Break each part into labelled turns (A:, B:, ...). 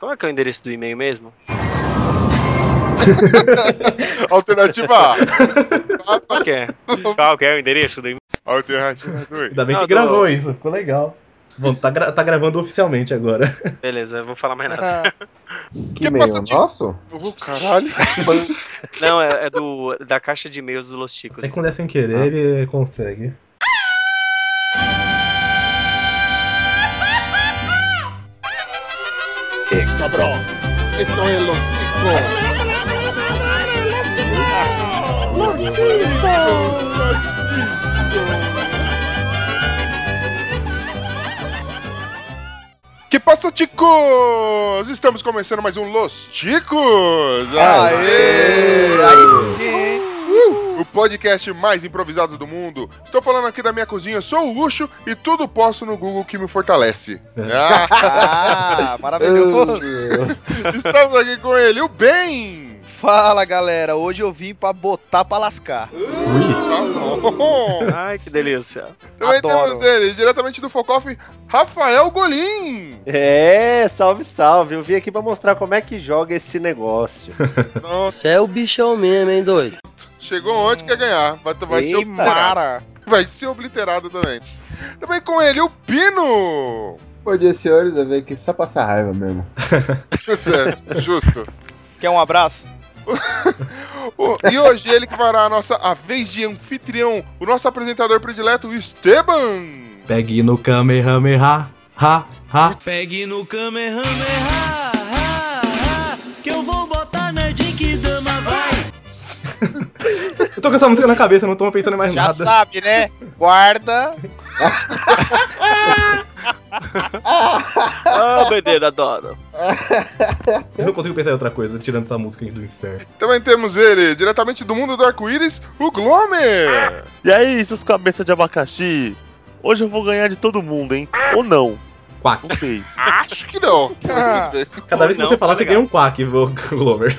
A: Qual é que é o endereço do e-mail mesmo?
B: Alternativa A.
A: Qual que é? Qual que é o endereço do e-mail?
B: Alternativa 2.
C: Ainda bem
A: Não,
C: que
A: tô-
C: gravou isso, ficou legal. Bom, tá, gra- tá gravando oficialmente agora.
A: Beleza, eu vou falar mais nada.
B: Que
D: Que e-mail
B: passa de-
D: nosso?
B: Oh, caralho.
E: Ah.
A: Não, é, é do, da caixa de e-mails dos Los Chicos.
C: Até quando é sem querer, ele consegue.
B: Cabrão. Esto é Los Chicos. Que passa, Ticos? Estamos começando mais um Los Ticos. Aê! Uh. O podcast mais improvisado do mundo. Estou falando aqui da minha cozinha, sou o Luxo e tudo posso no Google que me fortalece. Ah,
F: Ah, maravilhoso.
B: estamos aqui com ele, o Ben.
F: Fala galera, hoje eu vim pra botar pra lascar.
C: Ui,
B: Tá bom.
A: Ai, que delícia.
B: Também
F: Adoro.
B: temos ele, diretamente do Focoff, Rafael Golim.
D: É, salve, salve. Eu vim aqui pra mostrar como é que joga esse negócio.
B: Nossa,
G: Você é o bichão mesmo, hein, doido?
B: Chegou onde quer ganhar. Vai, vai ser
D: Eita.
B: obliterado. Vai ser obliterado também. Também com ele, o Pino.
D: Bom dia, senhores. Eu vim aqui só passar raiva mesmo.
B: Certo, É, justo.
F: Quer um abraço?
B: O- e hoje ele que fará a nossa a vez de anfitrião, o nosso apresentador predileto, o Esteban.
C: pegue no Kamehameha. Ha, ha.
G: Pegue no Kamehameha, ha, ha, que eu vou botar na Dama, vai!
C: Eu tô com essa música na cabeça, não tô pensando em mais
F: Já
C: nada.
F: sabe, né? Guarda.
A: Ah, BD, adoro.
C: Eu não consigo pensar em outra coisa, tirando essa música aí do inferno.
B: Também temos ele, diretamente do mundo do arco-íris, o Glomer.
H: E aí, seus cabeças de abacaxi? Hoje eu vou ganhar de todo mundo, hein? Ou não,
C: Quack.
H: não sei.
B: Ah, Acho que não. mas tudo bem.
C: Cada vez que
A: Um Não,
C: você
A: tá
C: falar, você
A: legal.
C: ganha um quack, vô- Glover.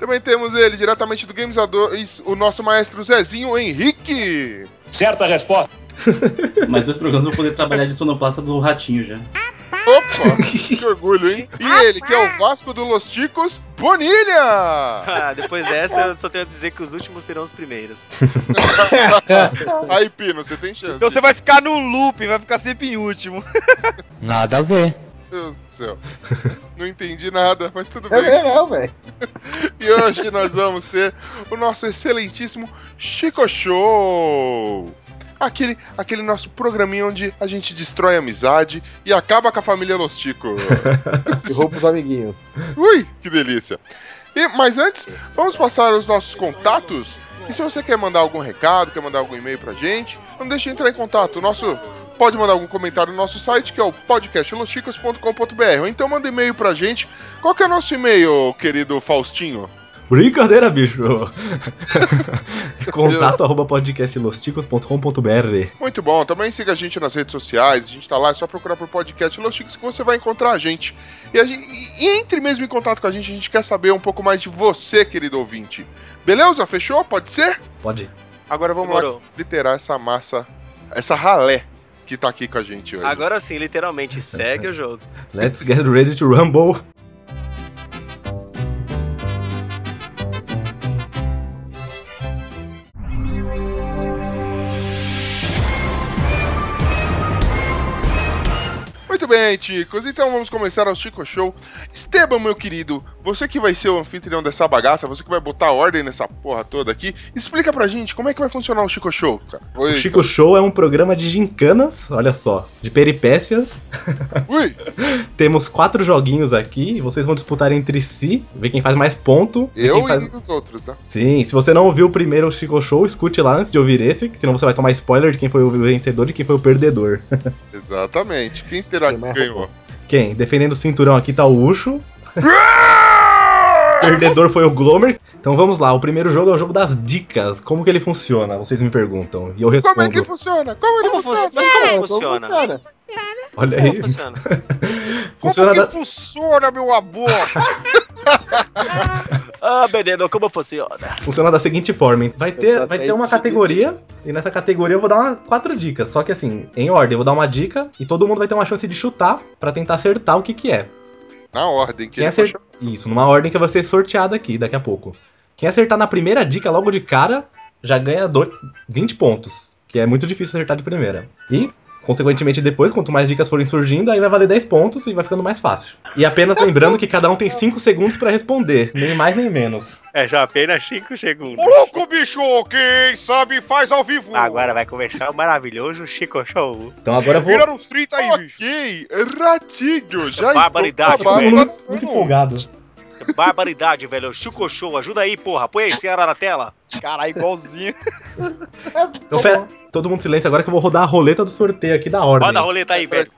B: Também temos ele, diretamente do Games 2, o nosso maestro Zezinho Henrique.
I: Certa resposta.
J: Mais dois programas eu vou poder trabalhar de sonoplasta do ratinho já.
B: Opa, que orgulho, hein? E ele, que é o Vasco do Los Ticos, Bonilha!
A: Ah, depois dessa, eu só tenho a dizer que os últimos serão os primeiros.
B: Aí, Pino, você tem chance.
F: Então você vai ficar no loop, vai ficar sempre em último.
G: Nada a ver.
B: Meu Deus do céu. Não entendi nada, mas tudo
D: Eu
B: bem.
D: não, não É velho.
B: E hoje nós vamos ter o nosso excelentíssimo Chico Show. Aquele, aquele nosso programinha onde a gente destrói a amizade e acaba com a família Los Ticos.
D: E rouba os amiguinhos.
B: Ui, que delícia! E, mas antes, vamos passar os nossos contatos. E se você quer mandar algum recado, quer mandar algum e-mail pra gente, não deixe de entrar em contato. O Nosso, pode mandar algum comentário no nosso site, que é o podcastlosticos.com.br. Ou então manda e-mail pra gente. Qual que é o nosso e-mail, querido Faustinho?
C: Brincadeira, bicho. Contato arroba podcastlosticos.com.br.
B: Muito bom, também siga a gente nas redes sociais. A gente tá lá, é só procurar por podcast Los Chicos que você vai encontrar a gente. E, a gente. e entre mesmo em contato com a gente, a gente quer saber um pouco mais de você, querido ouvinte. Beleza? Fechou? Pode ser?
C: Pode.
B: Agora vamos lá.
A: Demorou.
B: obliterar essa massa, essa ralé que tá aqui com a gente hoje.
A: Agora sim, literalmente, segue o jogo.
C: Let's get ready to rumble.
B: Muito bem, Ticos, então vamos começar o Chico Show. Esteban, meu querido, você que vai ser o anfitrião dessa bagaça, você que vai botar ordem nessa porra toda aqui, explica pra gente como é que vai funcionar o Chico Show, cara.
C: O
B: Oi,
C: Chico Show é um programa de gincanas, olha só, de peripécias.
B: Ui,
C: Temos quatro joguinhos aqui, vocês vão disputar entre si, ver quem faz mais ponto. ver
B: eu
C: quem faz...
B: e os outros, né?
C: Sim, se você não ouviu o primeiro Chico Show, escute lá antes de ouvir esse, que senão você vai tomar spoiler de quem foi o vencedor e de quem foi o perdedor.
B: Exatamente. Quem será que
D: Quem mais
B: ganhou?
C: Quem? Defendendo o cinturão aqui tá o Ucho. perdedor foi o Glomer. Então vamos lá, o primeiro jogo é o jogo das dicas. Como que ele funciona? Vocês me perguntam. E eu
B: Como é que
C: respondo.
B: funciona? Como ele
A: Como
B: funciona?
A: funciona? Mas como funciona?
D: É,
C: Olha
A: Como
E: é
C: aí.
A: funciona?
C: Funciona
F: Como
C: da...
F: que funciona, meu amor?
E: Ah, Benedão, como funciona?
C: Funciona da seguinte forma: hein? vai ter,
K: tô
C: vai
K: até
C: ter uma
K: tímido.
C: categoria, e nessa categoria eu vou dar uma- quatro dicas. Só que assim, em ordem, eu vou dar uma dica e todo mundo vai ter uma chance de chutar pra tentar acertar o que, que é.
B: Na ordem que
C: Quem
B: ele foi
C: acertar. Isso, numa ordem que vai ser sorteada aqui daqui a pouco. Quem acertar na primeira dica logo de cara já ganha do- 20 pontos. Que é muito difícil acertar de primeira. E, consequentemente, depois, quanto mais dicas forem surgindo, aí vai valer 10 pontos e vai ficando mais fácil. E apenas lembrando que cada um tem 5 segundos pra responder, nem mais nem menos.
E: É já apenas 5 segundos.
B: Ô louco, bicho! Quem sabe faz ao vivo!
E: Agora vai começar o maravilhoso Chico Show.
C: Então agora eu vou.
B: Vira uns 30 tá
A: Tá
B: aí, bicho! Ok, ratinho, já
E: Barbaridade,
B: estou
E: velho.
B: acabando.
C: Muito, muito empolgado.
E: Barbaridade, velho. Chico Show, ajuda aí, porra. Põe esse Ceará na tela.
F: Caralho, igualzinho.
C: Então, pera, todo mundo em silêncio agora que eu vou rodar a roleta do sorteio aqui da ordem.
E: Roda a roleta tá aí, velho.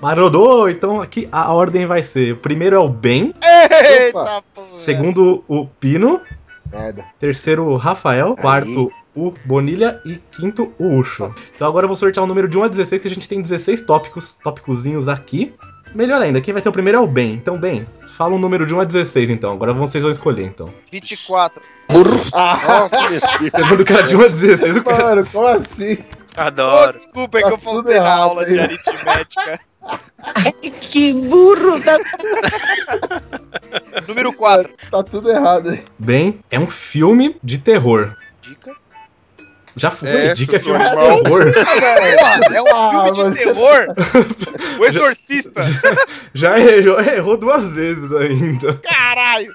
C: Marodou, então aqui a ordem vai ser: o primeiro é o Ben,
F: Eita, porra.
C: segundo o Pino,
K: Merda.
C: terceiro o Rafael, quarto o Bonilha e quinto o Ucho. Então agora eu vou sortear o número de 1 a 16, que a gente tem 16 tópicos, tópicozinhos aqui. Melhor ainda, quem vai ser o primeiro é o Ben. Então, Ben, fala um número de 1 a 16 então. Agora vocês vão escolher então.
F: 24.
C: Você manda o cara de 1 a 16, o cara...
K: Mano, como assim?
F: Oh,
E: Adoro.
F: desculpa, é que eu
K: Tá
F: faltei
K: tudo
F: na
K: errado
F: aula de
K: aí.
F: aritmética.
L: Que burro da
F: Número 4.
K: Tá tudo errado aí.
C: Ben é um filme de terror.
F: Dica?
C: Já foi,
B: Essa
C: dica é
B: sua
C: filme de
B: irmã.
C: terror.
F: Porra, é um
K: Ah,
F: filme
K: mano.
F: de terror. O Exorcista.
C: Já errou, errou duas vezes ainda.
F: Caralho.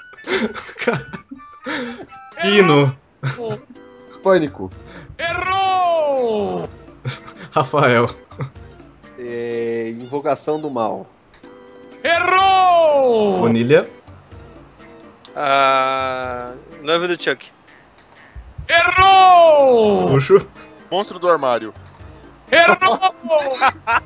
C: Pino,
K: Pânico.
C: Rafael,
K: É, invocação do mal.
C: Bonilha,
E: Ah, noiva do Chuck.
C: Puxo,
B: Monstro do armário.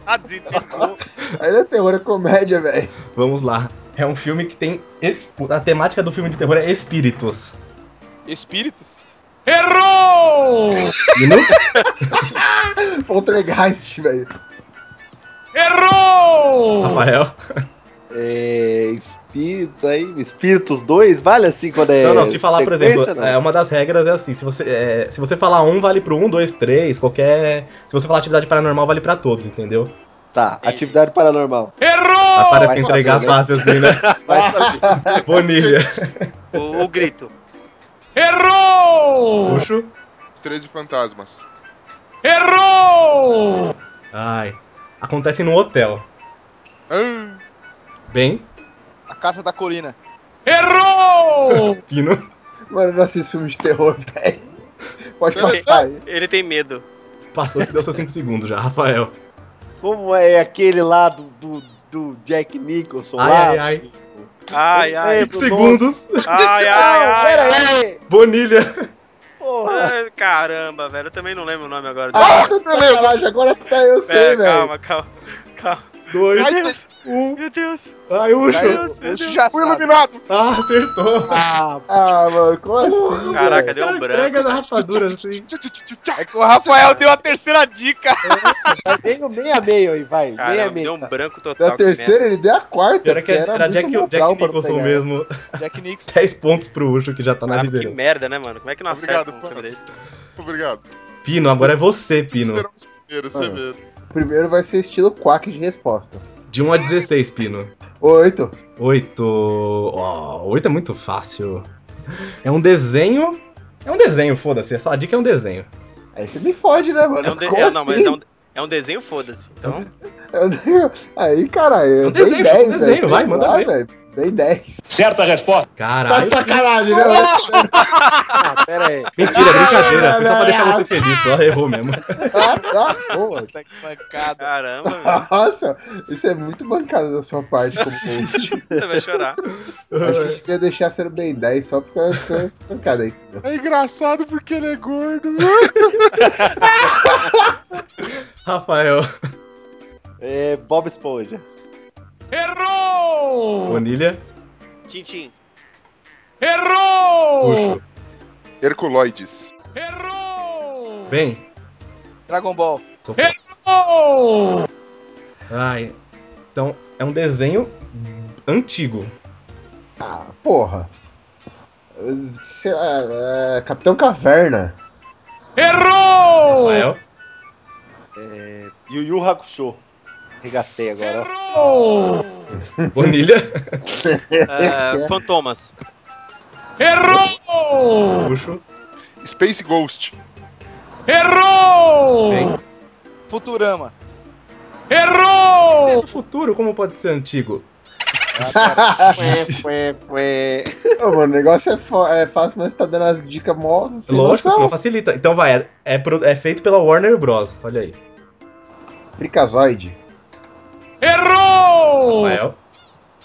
K: Aí não é terror, é comédia, velho.
C: vamos lá. É um filme que tem. esp- A temática do filme de terror é espíritos.
F: Espíritos?
C: Pino,
K: Poltergeist, velho.
C: Rafael.
K: É. Espírito aí. Espíritos dois? Vale assim quando é.
C: Não, não, se falar, por
K: sequência,
C: exemplo,
K: não?
C: é, uma das regras é assim: se você, é, se você falar um, vale pro um, dois, três, qualquer. Se você falar atividade paranormal, vale pra todos, entendeu?
K: Tá, atividade paranormal.
C: Ah, parece
K: Vai
C: que entregar
K: saber, né?
C: fácil assim, né?
K: Vai saber.
C: Bonilha,
E: O, o grito.
C: Puxo.
B: Os 13 fantasmas.
C: Ai. Acontece no hotel.
B: Ah,
C: Bem,
F: A Caça da Colina.
C: Pino.
K: Mano, eu não assisto filme de terror, velho. Pode
B: Beleza.
K: passar aí.
E: Ele tem medo.
C: Passou, deu seus 5 segundos já, Rafael.
K: Como é aquele lá do, do, do Jack Nicholson
C: Ai,
K: lá?
C: ai,
F: é
C: ai.
E: Ai, ai.
C: 5 segundos.
E: Ai, ai, ai.
K: ai.
C: Bonilha.
K: Porra.
E: ai. Caramba, velho. Eu também não lembro o nome agora.
K: Ah, tô sacanagem, agora tá, eu sei,
E: Pera,
K: velho.
E: calma, calma. Calma.
C: 2,
B: Ai, Deus.
C: 1.
E: Meu Deus.
C: Ai, Ucho.
E: Deus, meu
F: Esse
E: Deus.
F: já
B: Fui
F: sabe.
B: iluminado!
C: Ah, acertou.
K: Ah, mano, como assim?
E: Caraca, deu
C: Cara,
E: um branco.
C: entrega da rapadura assim.
F: É que o Rafael deu a terceira dica.
K: Deu meio a meio aí, vai. meio a
E: Caramba, deu
K: meio.
E: um branco total.
K: Na
E: que merda.
K: terceira ele deu a quarta.
C: Pior é que era,
K: muito
C: Jack,
K: mobral
C: Jack
K: pra não
C: Nicholson
K: pegar.
C: mesmo.
F: Jack Nixon.
C: 10 pontos pro Ucho, que já tá na
E: Caramba, que
C: liderança.
E: merda, né, mano? Como é que não acerta
B: Obrigado,
E: um filme desse?
B: Obrigado.
C: Pino, agora é você, Pino.
B: Esperamos primeiro, você
K: Ah.
B: vê.
K: Primeiro vai ser estilo quack de resposta.
C: De 1 a 16, Pino.
K: Oito.
C: 8. Ó, 8 é muito fácil. É um desenho. É um desenho, foda-se. é Só a dica é um desenho.
K: Aí você me fode, né, mano?
E: É um de-
K: Como
E: é, não, mas é
K: assim?
E: um, é um desenho, foda-se. Então,
K: É um desenho. Aí, cara, eu
C: um
K: dei
C: desenho,
K: 10,
C: um
K: velho.
C: desenho, vai,
K: né? Sei
C: manda
K: lá,
C: ver.
K: velho. Dei 10.
C: Caralho.
K: sacanagem, né?
F: Ah, pera aí.
C: Mentira, brincadeira. Foi só pra deixar você feliz, só errou mesmo.
K: Ah, ah, boa.
E: Tá
F: Puta que pancada.
E: caramba,
K: Nossa, isso é muito bancada da sua parte como host.
E: você vai chorar.
K: Acho que eu devia deixar ser um bem 10 só porque eu sou essa bancada aí.
B: É engraçado porque ele é gordo.
C: Rafael.
K: É Bob Esponja.
C: Bonilha.
E: Tintim.
C: Puxo.
B: Herculoides.
C: Bem.
F: Dragon Ball.
C: Sou- Ai. Então, é um desenho antigo.
K: Ah, porra. Sei lá, é, Capitão Caverna.
C: Errou! Rafael.
D: Yu Yu Hakusho. Regacei agora. ó.
C: Bonilha.
E: É, Fantomas.
C: Errou! Puxo.
B: Space Ghost.
F: Errou!
C: Bem.
F: Futurama.
C: Errou! o futuro, como pode ser antigo?
K: Ué, ué, ué. Ô, mano, o negócio é, fo- é fácil, mas tá dando as dicas mó. sem
C: Lógico,
K: noção.
C: senão facilita. Então vai, é, é pro- é feito pela Warner Bros. Olha aí.
K: Fricazoide.
F: Errou!
C: Rafael.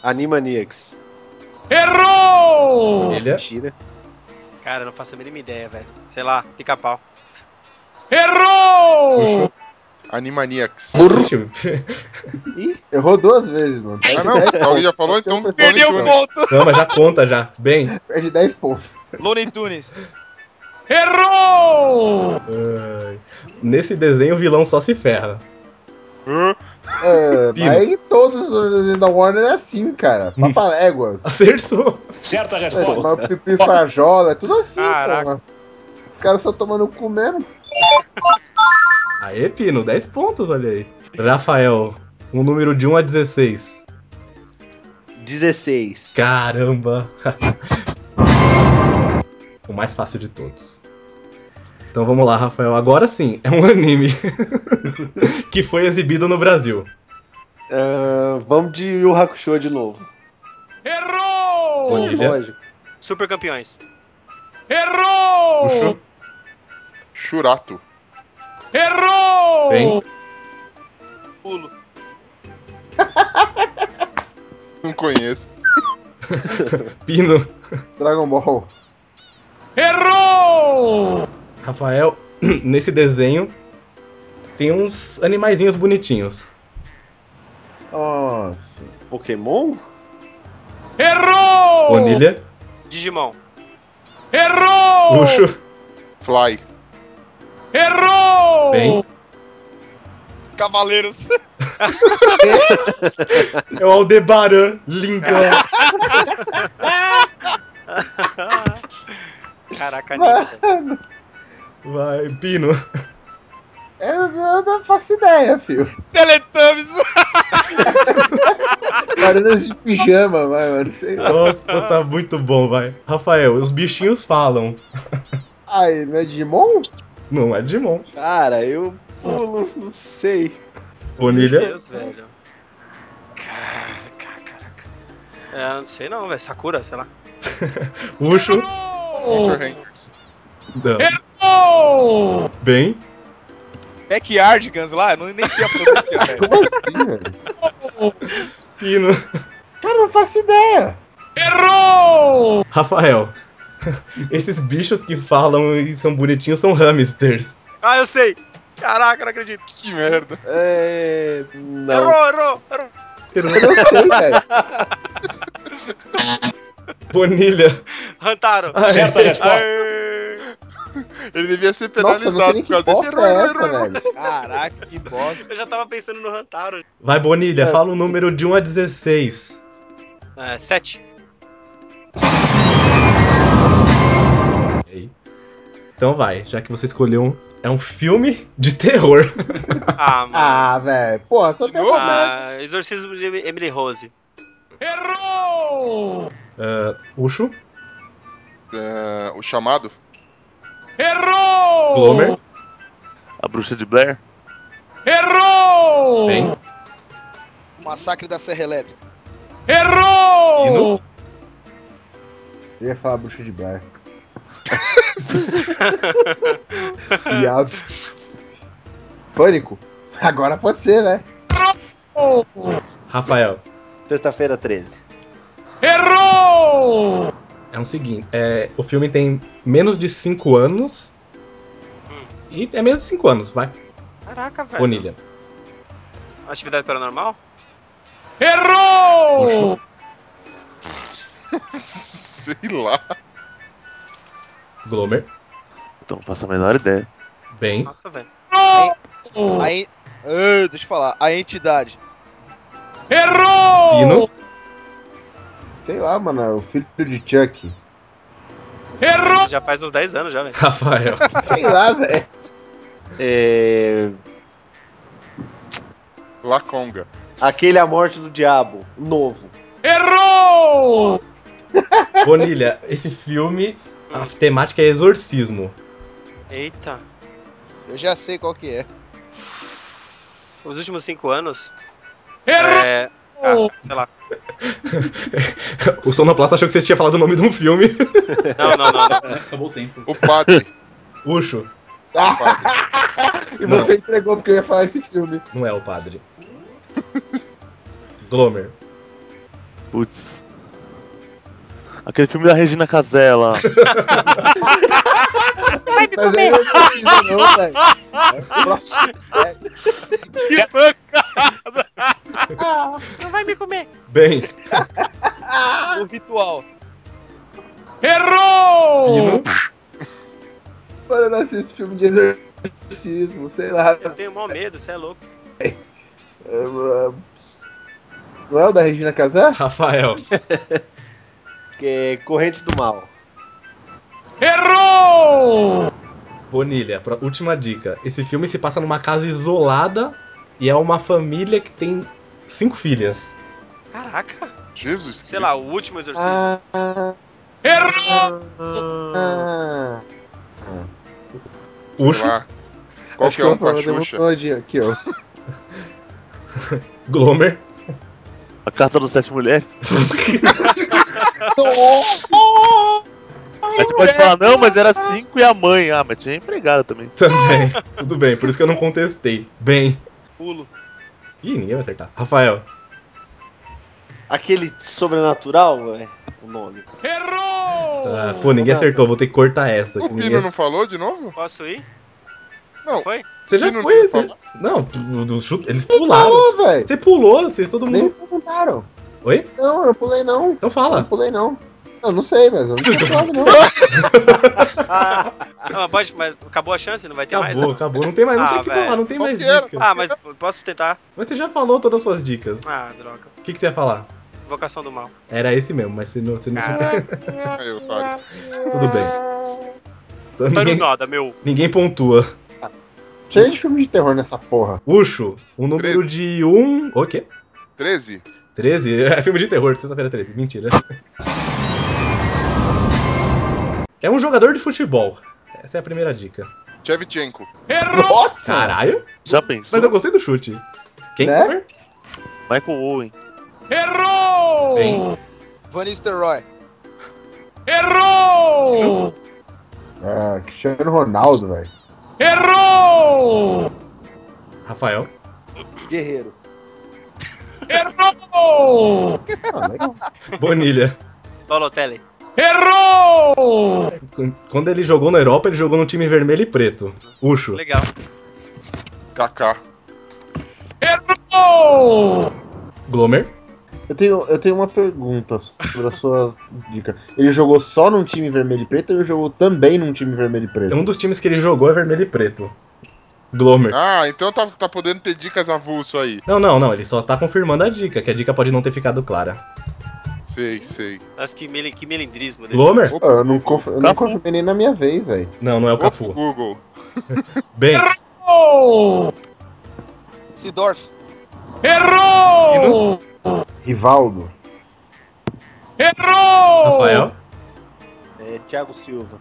D: Animaniacs.
F: Errou!
C: Bonilha.
D: Tira.
E: Cara, eu não faço a mínima ideia, velho. Sei lá, pica-pau.
F: Errou!
C: Puxo.
B: Animaniacs.
K: Ah,
C: Ixi,
K: Errou duas vezes, mano.
B: Ah, não, alguém já falou, então.
F: Perdeu o
B: Looney
F: ponto.
C: Não, mas já conta já. Bem.
K: Perde 10 pontos.
F: Looney Tunes. Errou!
C: ai, Nesse desenho o vilão só se ferra.
K: É,
C: Pino.
K: mas aí todos os desenhos da Warner é assim, cara. Papaléguas.
C: Acertou.
J: Certa
K: É,
J: resposta.
K: mas pipi frajola, é tudo assim,
E: Caraca.
K: porra. Os caras só tomando cu mesmo.
C: Aê, Pino, 10 pontos, olha aí. Rafael, um número de 1 a 16.
D: 16.
C: Caramba! o mais fácil de todos. Então vamos lá, Rafael. Agora sim, é um anime que foi exibido no Brasil.
D: Ah, vamos de Yu Yu Hakusho de novo.
F: Errou!
C: Bonilha.
D: Lógico.
E: Super campeões.
F: Errou!
C: Puxou.
B: Tunes. Churato.
F: Errou!
C: Bem.
E: Pulo.
B: Não conheço.
C: Pino,
K: Dragon Ball.
F: Errou!
C: Rafael, nesse desenho tem uns animaizinhos bonitinhos.
K: Nossa.
D: Pokémon?
F: Errou!
C: Bonilha,
E: Digimon.
F: Errou!
C: Puxo,
B: Fly.
F: Errou!
C: bem.
F: Cavaleiros.
C: É o Aldebaran, Lincoln.
E: Caraca, Nick.
C: Vai, Pino.
K: Eu não, não faço é, ideia, filho.
F: Teletubbies.
K: Bananas de pijama, vai, mano. Sei lá.
C: Nossa, tá muito bom, vai. Rafael, os bichinhos falam.
K: Ai, não é Digimon?
C: Não é Digimon.
D: Cara, eu pulo, não sei.
E: Meu
C: Bonilha,
E: Deus, velho. Caraca, caraca. É, não sei não, velho. Sakura, sei lá.
C: Puxo.
B: Monster Rangers.
C: Não.
F: Errou!
C: Bem.
F: Backyardigans É lá, eu não- nem sei a pronúncia, velho.
K: Como assim, velho?
C: Pino.
K: Cara, não faço ideia.
F: Errou!
C: Rafael, esses bichos que falam e são bonitinhos são hamsters.
E: Ah, eu sei. Caraca, não acredito.
B: Que merda.
D: É. Não.
E: Errou, errou, errou.
K: Eu não sei, velho.
C: Bonilha.
E: Hantaro.
J: Certa resposta.
E: Aê.
B: Ele devia ser
K: Nossa, eu
B: penalizado
K: não sei nem
B: por
K: que
B: causa desse
K: bosta
B: erro.
K: é
B: erro,
K: essa,
B: erro.
K: velho.
F: Caraca, que bosta.
E: Eu já tava pensando no Hantaro.
C: Vai, Bonilha,
K: É.
C: fala o número de 1 a 16.
E: É, sete.
C: Ok. Então vai, já que você escolheu um. É um filme de terror.
E: Ah, mano.
K: Ah, velho. Porra, só tem essa merda.
E: Ah, Exorcismo de Emily Rose.
F: Errou!
C: Ucho,
B: Ah, o chamado?
F: Errou!
C: Glomer,
H: A bruxa de Blair?
F: Errou!
C: bem.
F: Massacre da Serra Elétrica. Errou!
C: Pino.
K: Eu ia falar bruxa de Blair. Viado. Pânico? Agora pode ser, né?
C: Rafael,
D: Sexta-feira 13.
F: Errou!
C: é o seguinte: é, o filme tem menos de 5 anos. E é menos de 5 anos, vai.
E: Caraca, velho.
C: Bonilha.
E: Atividade paranormal?
F: Errou!
C: Puxo.
B: Sei lá.
C: Glomer,
H: Então, não faço a menor ideia.
C: bem.
E: Nossa, velho.
F: A en... Ah, deixa eu falar. A entidade. Errou!
C: Pino,
K: Sei lá, mano, é o filho de Chuck.
E: Errou! Já faz uns 10 anos já, velho.
C: Rafael.
K: Sei lá, velho.
D: É...
B: Laconga.
D: Aquele A Morte do Diabo, novo.
E: Errou!
C: Bonilha, esse filme, a temática é exorcismo.
E: Eita.
F: Eu já sei qual que é.
E: Os últimos 5 anos. Errou! É... Ah, sei lá.
C: O Sonoplasta achou que você tinha falado o nome de um filme.
E: Não, não, não. não.
J: É, Acabou o tempo.
B: O padre.
C: Ucho.
B: O padre.
K: E você entregou porque eu ia falar esse filme.
C: Não é o padre. Glomer.
H: Putz. Aquele filme da Regina Casella.
K: Mas aí eu não fiz, não, velho.
E: Que banco!
C: Bem,
F: O ritual.
C: Pino.
K: Mano, eu não assisto filme de exorcismo, sei lá.
E: Eu tenho mau medo, você é louco.
K: É, mano. Não é o da Regina Casé?
C: Rafael.
D: Que é Corrente do Mal.
C: Bonilha, pra- última dica. Esse filme se passa numa casa isolada e é uma família que tem cinco filhas.
E: Caraca.
B: Jesus
E: Sei lá, o último exorcismo.
K: Ah,
E: Errou!
K: ah.
B: Cristo,
C: Ucho,
B: sei lá. Qual que é um com a
K: Desculpa, eu
B: Xuxa?
K: vou- Aqui, ó.
C: Glomer.
H: A Carta dos Sete Mulheres. Aí você pode falar, não, mas era cinco e a mãe. Ah, mas tinha empregada também.
C: Também. Tudo bem, por isso que eu não contestei. Bem.
E: Pulo.
C: Ih, ninguém vai acertar. Rafael.
D: Aquele sobrenatural, é o nome.
C: Ah, pô, ninguém acertou, vou ter que cortar essa.
B: O
C: que ninguém-
B: Pino não falou de
C: Ah.
B: novo?
E: Posso ir?
B: Não.
E: Foi?
C: Você já
B: Pino
C: foi?
B: não
C: Você...
B: falou?
C: Não, do- do chute- eles pularam.
K: Pô, velho.
C: Você pulou, vocês todo
K: Nem me
C: mundo.
K: perguntaram.
C: Oi?
K: Não, eu não pulei não.
C: Então
K: Eu não
C: fala.
K: pulei não. Eu não sei, mas eu não tô falando não.
E: Não, mas, pode, mas acabou a chance? Não vai ter mais?
B: é-
C: Acabou,
E: né?
C: acabou. Não tem mais, não
E: Ah,
C: tem o que
E: velho.
C: falar, não tem mais
B: Qual que era?
C: dica.
E: Ah, mas posso tentar?
C: Mas você já falou todas as suas dicas.
E: Ah, droga.
C: O que, que você ia falar?
E: Vocação do mal.
C: Era esse mesmo, mas você não, você não tinha...
E: Cara,
B: Aí, otário.
C: Tudo bem. Então,
E: tá no
C: ninguém,
E: nada, meu.
C: ninguém pontua.
K: Cheio de filme de terror nessa porra.
C: Ucho, um número
B: Treze.
C: de Um... O quê?
B: 13?
C: 13? É filme de terror, sexta-feira 13. Mentira. É um jogador de futebol. Essa é a primeira dica.
B: Chevchenko.
K: Nossa!
C: Caralho!
H: Já pensou?
C: Mas eu gostei do chute. Quem?
K: Né?
C: Cooper?
J: é-
H: Michael Owen.
C: Bem,
F: Van Nistelrooy.
K: Ah, Cristiano Ronaldo, velho.
C: Rafael.
D: Guerreiro.
K: Ah, legal.
C: Bonilha.
E: Balotelli.
C: Quando ele jogou na Europa, ele jogou no time vermelho e preto. Ucho.
E: Legal.
B: Kaká.
C: Glomer.
K: Eu tenho, eu tenho uma pergunta sobre a sua dica. Ele jogou só num time vermelho e preto ou ele jogou também num time vermelho e preto?
C: Um dos times que ele jogou é vermelho e preto. Glomer.
B: Ah, então tá, tá podendo ter dicas avulso aí.
C: Não, não, não. Ele só tá confirmando a dica, que a dica pode não ter ficado clara.
B: Sei, sei.
E: Mas que, mele- que melindrismo desse.
C: Glomer?
K: Ah, eu não, conf... eu não confirmei nem na minha vez, velho.
C: Não, não é o
K: Tá
B: Opa,
C: Cafu.
B: Google.
C: Bem,
F: Sidorf.
K: Rivaldo.
C: Rafael.
D: É Thiago Silva.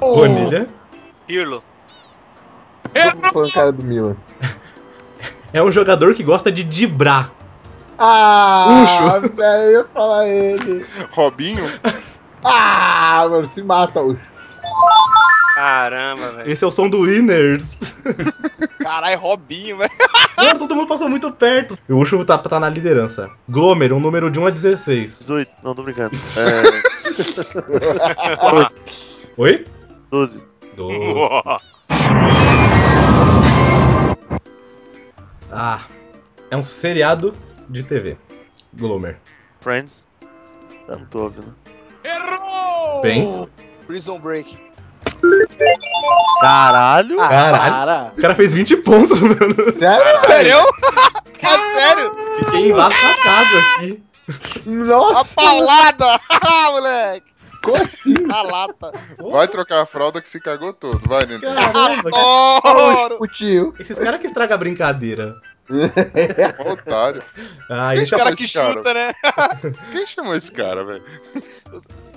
C: Bonilha.
E: Pirlo.
K: Todo mundo falando cara do Milan.
C: É um jogador que gosta de dibrar.
K: Ah, velho, eu ia falar ele.
B: Robinho?
K: Ah, mano, se mata. Ucho.
E: Caramba, velho.
C: Esse é o som do Winners.
F: Caralho, é Robinho, velho.
C: Nossa, todo mundo passou muito perto. O Ucho tá, tá na liderança. Glomer, um número de 1 a 16.
H: 18. Não, tô brincando. É.
C: Oi?
H: 12.
C: Do... Ah, é um seriado de TV. Glomer.
H: Friends. Tá Eu não tô ouvindo.
F: Oh.
C: Bem,
F: Prison Break.
H: Caralho!
C: Ah,
F: Ah.
C: caralho.
D: Para!
C: O cara fez 20 pontos, mano.
K: Sério?
F: Sério? é sério?
C: Fiquei embasbacado aqui.
K: Nossa!
F: A palada! Ah, moleque!
K: Como assim?
F: A lata.
B: Vai trocar a fralda que se cagou todo. Vai, Nino.
C: Caramba,
F: Adoro!
K: O tio.
C: Esses caras que estragam a brincadeira.
B: Ó, Otário.
C: Ah,
B: Quem
C: isso
B: chamou
F: cara que
B: esse cara?
F: chuta, né?
B: Quem chamou esse cara, velho?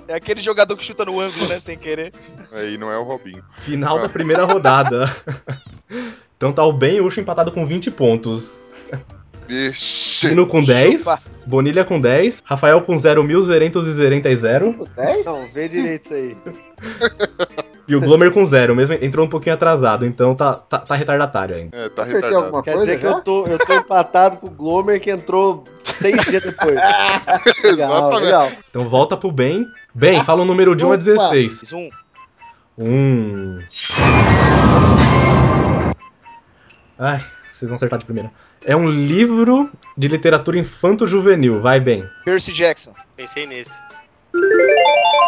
F: É aquele jogador que chuta no ângulo, né? Sem querer.
B: Aí não é o Robinho.
C: Final da primeira rodada. Então tá o Ben e o Ucho empatado com 20 pontos.
B: Vixe.
C: Nino com 10,
F: Chupa.
C: Bonilha com 10, Rafael com 0.000
K: O 10?
F: Então,
D: Não, vê direito isso aí.
C: e o Glomer com 0. Mesmo entrou um pouquinho atrasado, então tá, tá, tá retardatário ainda.
B: É, tá
K: Acertei
B: retardado.
K: alguma
D: Quer
K: coisa
D: dizer que
K: já?
D: eu tô, eu tô empatado com o Glomer que entrou seis dias depois. legal,
B: Exatamente.
D: legal.
C: Então volta pro Ben. Ben, fala o número de 1 a
K: Opa.
C: 16.
F: Zoom.
C: 1. Ai, vocês vão acertar de primeira. É um livro de literatura infanto-juvenil. Vai, Ben.
F: Percy Jackson.
E: Pensei nesse.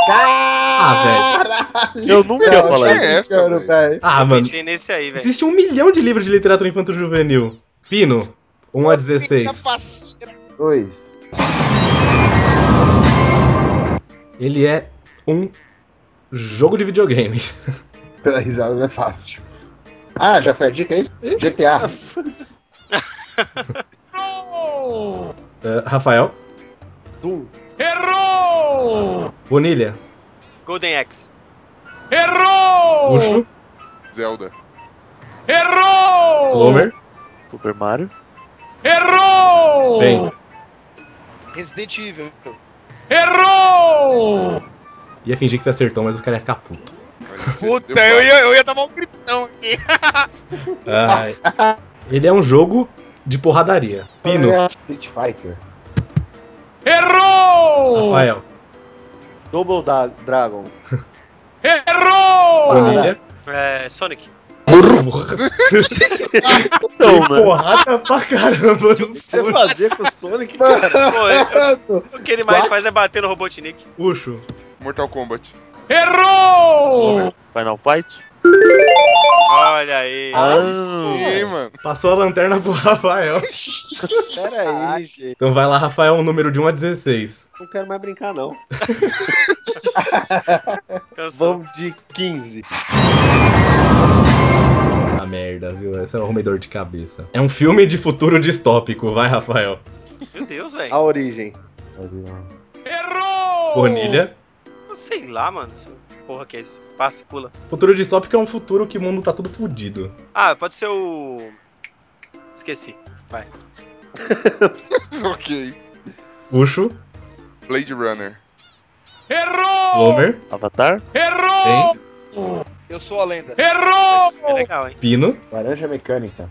C: Ah, velho.
H: Eu nunca ia
K: Não,
H: falar
K: acho
H: isso.
K: que
B: isso.
K: esse cara, velho.
C: Ah, mano.
E: Pensei nesse aí, velho.
C: Existe um milhão de livros de literatura infanto-juvenil. Pino, 1 a 16.
F: Minha faceira.
K: Dois.
C: Ele é um jogo de videogame.
K: Pela risada não é fácil. Ah, já foi a dica aí? GTA.
C: Eh, Rafael.
D: Doom.
C: Errou! Bonilha.
E: Golden Axe.
C: Ucho.
B: Zelda.
C: Glomer.
H: Super Mario.
C: Ben.
F: Resident Evil.
C: Ia fingir que você acertou, mas os caras iam ficar puto.
B: Olha,
F: Puta,
B: deu
F: eu ia, eu ia dar um gritão aqui.
C: Ai. Ele é um jogo de porradaria. Pino.
K: É Street Fighter.
C: Rafael.
D: Double da Dragon.
C: Bonilha.
E: É, Sonic.
H: Então,
C: Tem
H: né?
C: porrada pra caramba. no
D: Você
C: seu
D: fazer com o Sonic?
E: Pô, eu- eu- o que ele mais faz é bater no Robotnik.
C: Ucho.
B: Mortal Kombat.
H: Final Fight.
E: Olha aí.
D: Ah,
B: Sim, mano.
C: Passou a lanterna pro Rafael.
D: Pera aí, gente.
C: Então vai lá, Rafael, um número de 1 a 16.
D: Não quero mais brincar, não.
E: Cansou.
D: Vamos de 15.
C: Ah, merda, viu? Essa é um arrumei dor de cabeça. É um filme de futuro distópico. Vai, Rafael.
E: Meu Deus, velho.
D: A origem.
C: Bonilha.
E: Sei lá, mano. Essa Porra, que é isso? Passa, pula.
C: Futuro distópico é um futuro que o mundo tá tudo fudido.
E: Ah, pode ser o. Esqueci.
B: ok.
C: Ucho,
B: Blade Runner.
C: Glomer,
H: Avatar.
C: Ben,
F: Eu sou a lenda.
E: Mas é legal, hein?
C: Pino,
K: Laranja mecânica.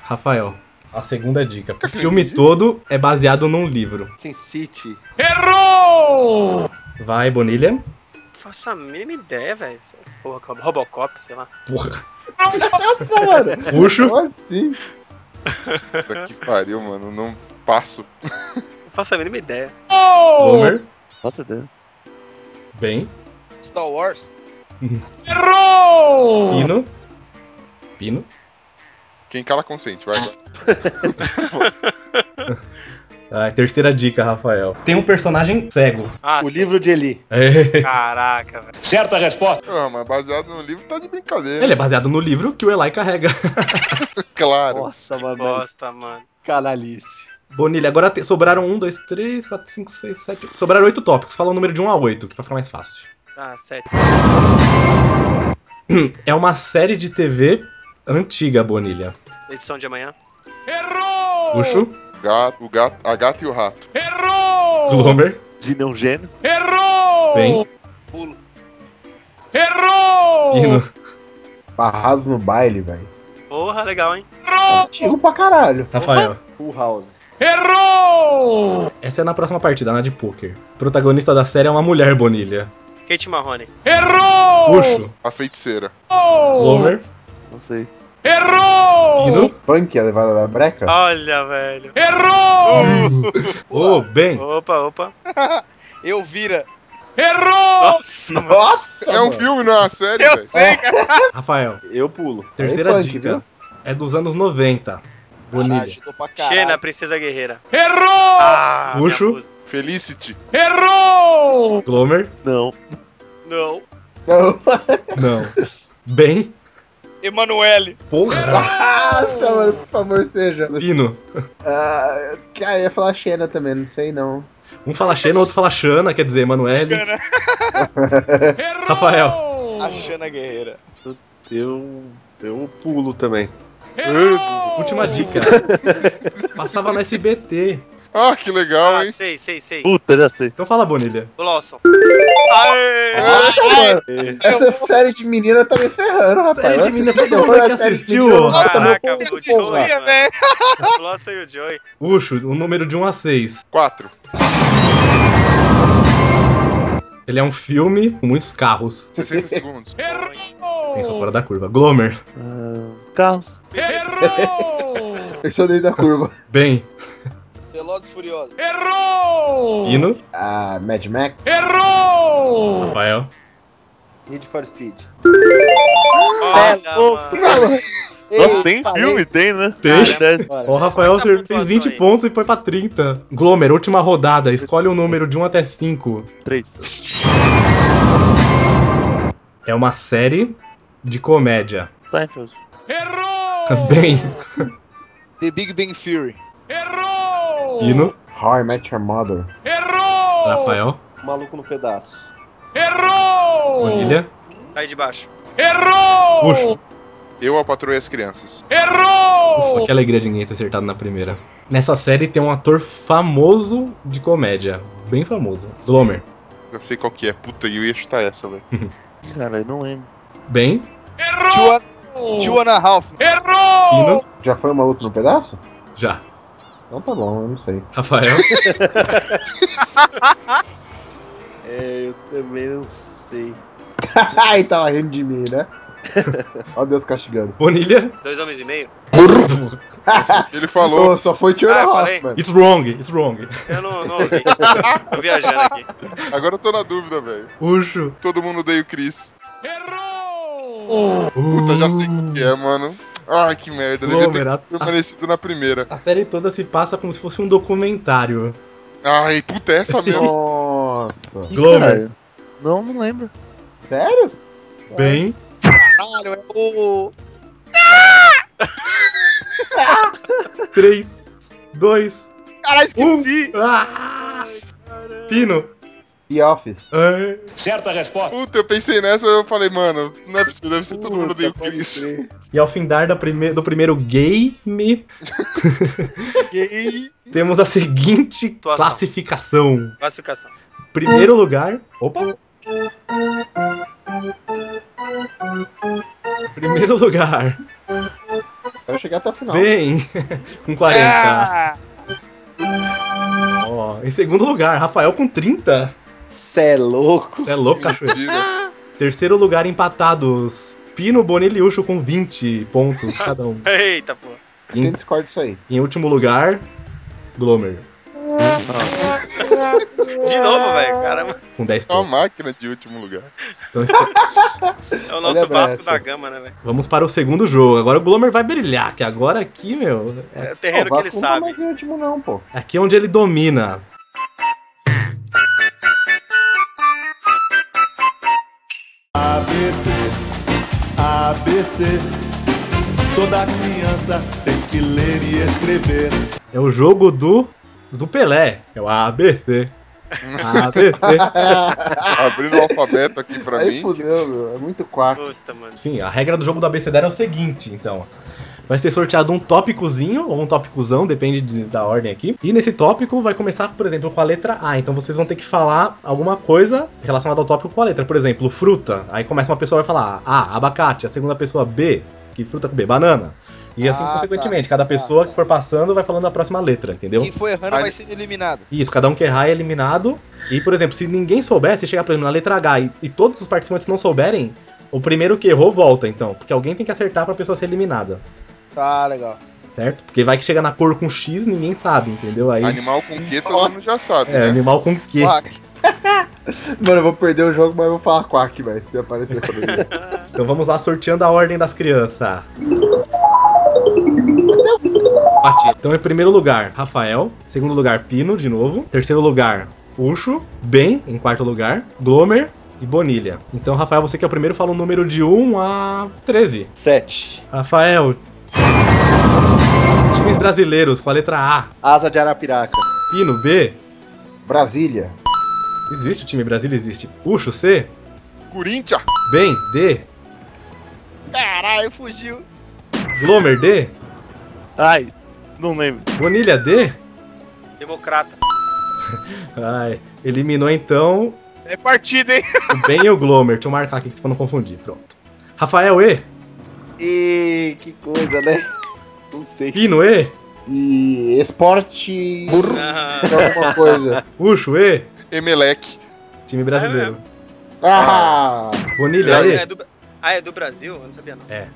C: Rafael. A segunda dica. O filme todo é baseado num livro.
D: Sin City.
C: Vai, Bonilha.
E: Não faço a mínima ideia, velho. Essa Porra, calma. Robocop, sei lá.
C: Porra.
K: Nossa, mano.
C: Ucho,
K: Como assim?
B: Puta que pariu, mano. Não passo.
E: Não faço a mínima ideia.
C: Glomer,
H: Nossa, Deus.
C: Ben,
F: Star Wars.
C: Pino. Pino.
B: Quem cala consente, vai.
C: Ah, terceira dica, Rafael. Tem um personagem cego.
E: Ah,
D: o
E: sim.
D: livro de Eli.
C: É.
E: Caraca, velho.
B: Ah, mas baseado no livro tá de brincadeira.
C: Ele é baseado no livro que o Eli carrega.
B: Claro.
D: Nossa, mano. mas
E: Bosta, mano.
D: Canalice.
C: Bonilha, agora te- sobraram 1, 2, 3, 4, 5, 6, 7. Sobraram 8 tópicos. Fala o número de 1 a 8, pra ficar mais fácil.
E: Ah, sério.
C: É uma série de TV antiga, Bonilha.
E: Edição de amanhã.
C: Ucho,
B: Gato, o gato, a gata e o rato.
C: Glomer,
H: Gene é um gênio.
C: Ben,
F: Pulo.
C: Pino.
K: Barrados no baile, velho.
E: Porra, legal, hein?
K: Antigo pra caralho.
C: Rafael.
D: Full House.
C: Essa é na próxima partida, na de pôquer. O protagonista da série é uma mulher, Bonilha.
E: Kate Marrone.
C: Ucho,
B: A feiticeira.
C: Glomer,
H: Não sei.
C: Pino.
K: Punk, a levada da breca.
E: Olha, velho.
C: Ô, Ben.
E: Opa, opa.
F: Eu vira.
E: Nossa, mano.
F: Tá
K: Nossa!
B: é um filme, não é uma série, velho.
C: Rafael.
D: Eu pulo.
C: Terceira
K: é punk,
C: dica.
K: viu? Ah,
C: É dos anos 90. Bonilha.
E: Ajudou pra caralho. Xena, Princesa Guerreira.
M: Errou!
E: Ah,
C: Puxo.
B: Felicity.
M: Errou!
C: Glomer. Não.
E: Não.
K: Não.
C: Não. Bem.
E: Emanuele.
C: Porra.
K: Nossa, mano, por favor, seja.
C: Pino.
K: Ah, cara, eu ia falar Xena também, não sei não.
C: Um fala Xena, outro fala Xana, quer dizer, Emanuele.
E: Xana.
C: Rafael.
E: A Xana Guerreira.
N: Eu. Eu pulo também.
C: Última dica. Passava no SBT.
B: Ah, que legal,
E: hein? Sei, sei, sei.
C: Puta, já sei. Então fala, Bonilha.
E: Glosson.
K: Nossa, mano. Essa série de menina tá me ferrando, rapaz.
C: Série É de menina, todo mundo que assistiu.
E: Caraca, o Joey, velho. Glosson e o Joey.
C: Ucho, o número de 1 a 6.
B: 4.
C: Ele é um filme com muitos carros.
B: 60 segundos.
C: Pensa fora da curva. Glomer.
H: Ah,
K: Carlos. Eu sou dentro da curva.
C: Bem.
F: Velozes e Furiosos.
M: Errou!
C: Pino.
K: Ah, Mad Max.
M: Errou!
C: Rafael.
D: Need for Speed.
C: é
E: Nossa,
K: mano.
H: Nossa, tem filme? Tem, né?
C: Tem.
H: Dez.
C: O Rafael acertou- fez 20 pontos e foi pra 30. Glomer, última rodada. Escolhe um número de 1 até 5.
H: 3.
C: É uma série de comédia.
H: Seinfeld.
C: Bem,
F: The Big Bang Theory.
C: Pino,
K: How I Met Your Mother.
C: Rafael,
D: Maluco no pedaço.
M: Errou!
C: Bonilha,
E: Aí de baixo.
M: Errou!
C: Puxo.
B: Eu apatroei as crianças.
M: Errou!
C: Ufa, que alegria de ninguém ter acertado na primeira. Nessa série tem um ator famoso de comédia. Bem famoso. Glomer.
B: Eu sei qual que é. Puta, eu ia chutar essa, velho.
H: Cara, eu não lembro.
C: Bem,
F: Two and a half.
M: Errou!
K: Já foi o maluco no pedaço?
C: Já.
K: Então tá bom, eu não sei.
C: Rafael.
N: É, eu também não sei.
K: Ai, tava rindo de mim, né? Ó Deus castigando.
C: Bonilha?
E: Dois homens e meio?
B: Ele falou.
K: Pô, só foi tirar
E: Ah, eu
K: ah,
E: falei?
K: mano.
C: It's wrong, it's wrong.
E: Eu não, não ouvi. Tô viajando aqui.
B: Agora eu tô na dúvida, velho.
C: Puxo.
B: Todo mundo odeia o Chris. Puta, já sei o que é, mano. Ai, que merda. Devia ter
C: Uh, Glomer, a,
B: permanecido na primeira.
C: a série toda se passa como se fosse um documentário.
B: Ai, puta, é essa mesmo.
K: Nossa.
C: Glomer,
H: Não, não lembro.
K: Sério?
C: bem.
F: Caralho, é o.
C: 3, 2,
F: Caralho,
C: 1.
F: esqueci!
C: Ah! Pino.
K: The Office.
C: Ah,
M: Certa
K: Uh!
M: resposta.
B: Puta, eu pensei nessa e eu falei, mano, não é possível, deve ser todo mundo odeia o Chris.
C: E ao findar da prime- do primeiro game,
F: Gay.
C: temos a seguinte
E: Situação.
C: classificação.
E: Classificação.
C: Primeiro lugar. Opa! Primeiro lugar.
K: Quero chegar até o final.
C: Bem, com 40.
K: É!
C: Ó, em segundo lugar, Rafael com 30.
D: Cê é louco.
C: É louco, cachoeira.
B: Mentira.
C: Terceiro lugar, empatados. Pino, Bonilha e Ucho com 20 pontos cada um.
E: Eita, pô.
K: Quem discorda isso aí?
C: Em último lugar, Glomer,
E: De novo, velho. Caramba.
C: com 10
B: É uma
C: pontos.
B: máquina de último lugar.
C: Então, estou-
E: É o nosso
K: Olha,
E: Vasco
K: Beto.
E: da Gama, né, velho?
C: Vamos para o segundo jogo. Agora o Glomer vai brilhar, que agora aqui, meu, é-
E: É o terreno
K: Pô,
E: que
K: o
E: ele
K: Vasco não tá
E: sabe.
K: mais em último não, pô.
C: aqui é onde ele domina.
J: ABC, ABC. Toda criança tem que ler e escrever.
C: É o jogo do do Pelé. É o ABC. ABC.
B: Ah, Abrindo o alfabeto aqui pra
K: Aí
B: mim.
K: fudeu, meu. É muito quarto.
E: Puta, mano.
C: Sim, a regra do jogo do abecedário é o seguinte, então. Vai ser sorteado um tópicozinho ou um tópicozão, depende de- da ordem aqui. E nesse tópico vai começar, por exemplo, com a letra A. Então vocês vão ter que falar alguma coisa relacionada ao tópico com a letra. Por exemplo, fruta. Aí começa uma pessoa vai falar A, abacate. A segunda pessoa B, que fruta com B, banana. E assim
K: Ah,
C: consequentemente, cada
K: tá,
C: pessoa
K: tá.
C: que for passando vai falando a próxima letra, entendeu?
F: Quem for errando
B: Aí-
F: vai sendo eliminado.
C: Isso, cada um que errar é eliminado. E, por exemplo, se ninguém souber, se chegar, por exemplo, na letra H e, e todos os participantes não souberem, o primeiro que errou volta, então. Porque alguém tem que acertar pra pessoa ser eliminada,
F: Tá, legal.
C: certo? Porque vai que chega na cor com X, ninguém sabe, entendeu? Aí.
B: Animal com Q, todo mundo já sabe,
C: É,
B: né?
C: animal com Q.
F: Quack.
K: Mano, eu vou perder o jogo, mas eu vou falar quark, velho. Se aparecer pra mim.
C: Então vamos lá sorteando a ordem das crianças. Bati. Então, em primeiro lugar, Rafael. Segundo lugar, Pino, de novo. Terceiro lugar, Ucho. Ben, em quarto lugar. Glomer e Bonilha. Então, Rafael, você que é o primeiro, fala um número de 1 a 13. 7. Rafael. Times brasileiros, com a letra A.
D: Asa de Arapiraca.
C: Pino, B.
D: Brasília.
C: Existe o time Brasília, existe. Ucho, C.
B: Corinthians.
C: Ben, D.
F: Caralho, fugiu.
C: Glomer, D.
H: Ai, não lembro.
C: Bonilha, D.
E: Democrata.
C: Ai, eliminou então
F: É partida, hein?
C: o Ben e o Glomer. Deixa eu marcar aqui pra não confundir. Pronto. Rafael, E.
D: E que coisa, né? Não sei.
C: Pino, E.
K: E esporte. Burro.
E: Então,
K: Alguma coisa.
C: Ucho, E.
B: Emelec.
C: Time brasileiro.
K: Ah!
C: Bonilha,
E: Ah,
C: E.
E: é do- Ah, é do Brasil? Eu não sabia não.
C: É.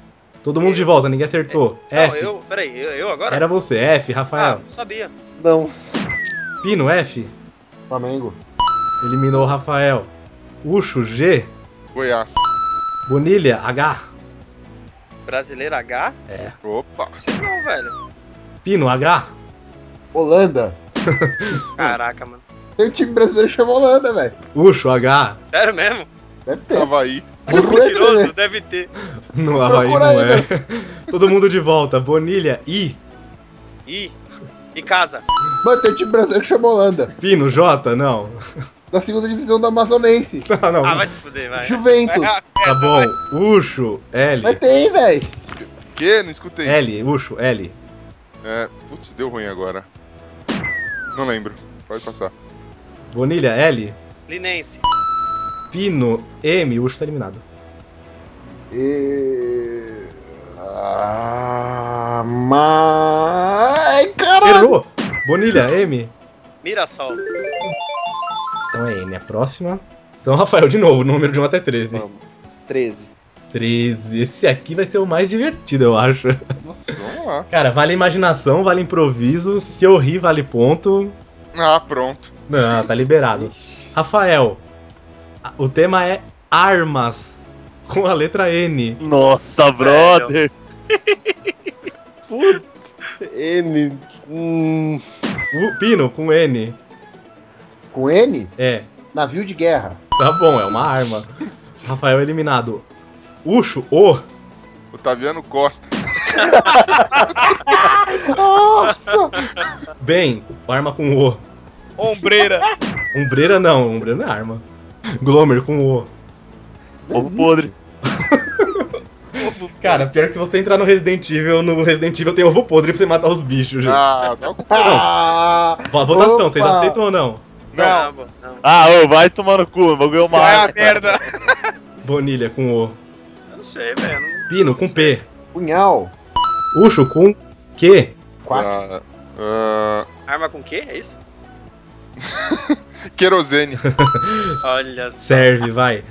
C: Todo mundo de volta, ninguém acertou.
E: É. Não,
C: F.
E: eu. Peraí, eu, eu agora?
C: É, Era você. F,
E: Ah,
C: Rafael.
E: não sabia.
D: Não.
C: Pino, F.
K: Flamengo.
C: Eliminou o Rafael. Ucho, G.
B: Goiás.
C: Bonilha, H.
E: Brasileiro H?
C: É.
B: Opa.
E: Sei não, velho.
C: Pino, H.
K: Holanda.
C: Hum.
E: Caraca, mano.
K: Tem um time brasileiro que chama Holanda, velho.
C: Ucho, H.
E: Sério mesmo?
K: Deve ter.
B: Havaí.
E: é, Mentiroso, deve ter.
C: No Havaí
E: Procura
C: não
E: aí,
C: é. Todo mundo de volta. Bonilha, I.
E: Ih. E casa?
K: Mano, tem um time brasileiro que chama Holanda.
C: Pino, J. Não.
K: Da segunda divisão da Amazonense.
C: Não, não.
E: Ah, vai se fuder, vai.
K: Juventus.
C: Tá bom. Ucho, L.
K: Mas tem, velho.
B: Que? Não escutei.
C: L, Ucho, L.
B: É, putz, deu ruim agora. Não lembro. Pode passar.
C: Bonilha, L.
E: Linense.
C: Pino, M. Ucho tá eliminado.
K: E... Ah, mas... Ai, caralho.
C: Errou. Bonilha, M.
E: Mirassol.
C: Então é N. A próxima. Então, Rafael, de novo, número de 1 até 13.
D: 13.
C: 13. Esse aqui vai ser o mais divertido, eu acho.
B: Nossa, vamos lá.
C: Cara, vale imaginação, vale improviso. Se eu rir, vale ponto.
B: Ah, pronto.
C: Não, tá liberado. Rafael, a- o tema é armas com a letra N.
H: Nossa, brother.
D: N. Hum.
C: O Um Pino com N.
K: Com N?
C: É,
K: Navio de guerra.
C: tá bom, é uma arma. Rafael eliminado. Ucho, O.
B: Otaviano Costa.
K: Nossa!
C: Bem, arma com O.
F: Ombreira.
C: Ombreira não, ombreira não é arma. Glomer com O.
H: Ovo podre.
C: Cara, pior que se você entrar no Resident Evil, no Resident Evil tem ovo podre pra você matar os bichos, gente.
B: Ah, dá o cu.
K: Ah,
C: Vo- Votação, vocês
K: Opa.
C: aceitam ou não?
E: Não, não. não.
H: Ah, ô, vai tomar no cu, o bagulho é uma arma.
F: merda.
C: Bonilha com O.
E: Eu não sei, velho. Não-
C: Pino com P.
K: Punhal.
C: Ucho com Q.
B: Ah, ah,
E: Arma com quê? É isso?
B: Ah, querosene.
E: Olha só.
C: Serve, vai.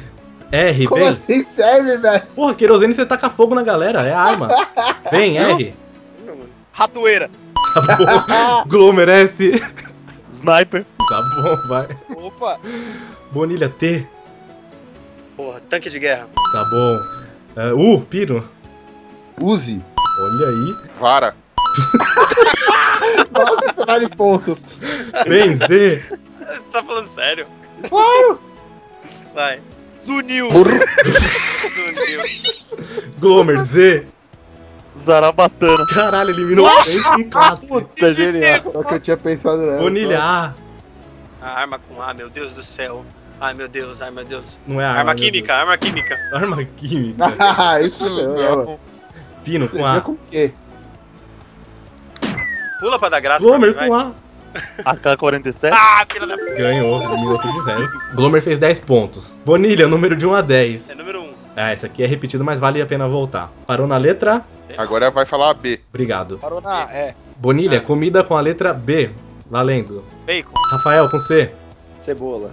C: R,
K: Como
C: bem.
K: assim serve, velho?
C: Porra, querosene você taca fogo na galera, é arma. Vem, R.
F: Ratoeira.
C: Tá bom. Glomer S.
H: Sniper.
C: Tá bom, vai.
F: Opa.
C: Bonilha T.
E: Porra, tanque de guerra.
C: Tá bom. É, U, Pino.
K: Use.
C: Olha aí.
B: Vara.
K: Nossa, isso vale ponto.
C: Bem, Z.
E: Você tá falando sério?
K: Claro.
E: Vai.
F: Zunil.
E: Zunil.
C: Glomer Z.
H: Zarabatana.
C: Caralho, eliminou o
H: Nossa!
C: Peixe em classe.
H: Puta, genial.
K: Só É que eu tinha pensado nela.
C: Bonilha A.
E: A arma com A, meu Deus do céu. Ai, meu Deus, ai, meu Deus.
C: Não é arma.
E: Arma
C: meu
E: química, arma química.
C: Deus. Arma química.
K: Ah, isso não, é, mano.
C: Pino com
K: Você
C: A.
K: viu com o quê?
E: Pula pra dar graça.
C: Glomer
E: pra mim,
C: com
E: vai.
C: A.
H: AK-47.
E: Ah, filha da. p-
C: Ganhou, eliminou tudo de zero. Glomer fez 10 pontos. Bonilha, número de 1 a 10.
E: É número 1. Um.
C: Ah, esse aqui é repetido, mas vale a pena voltar. Parou na letra?
B: Agora vai falar a B.
C: Obrigado.
F: Parou na. É.
K: Ah.
C: Bonilha, comida com a letra B. Valendo.
E: Bacon.
C: Rafael com C.
D: Cebola.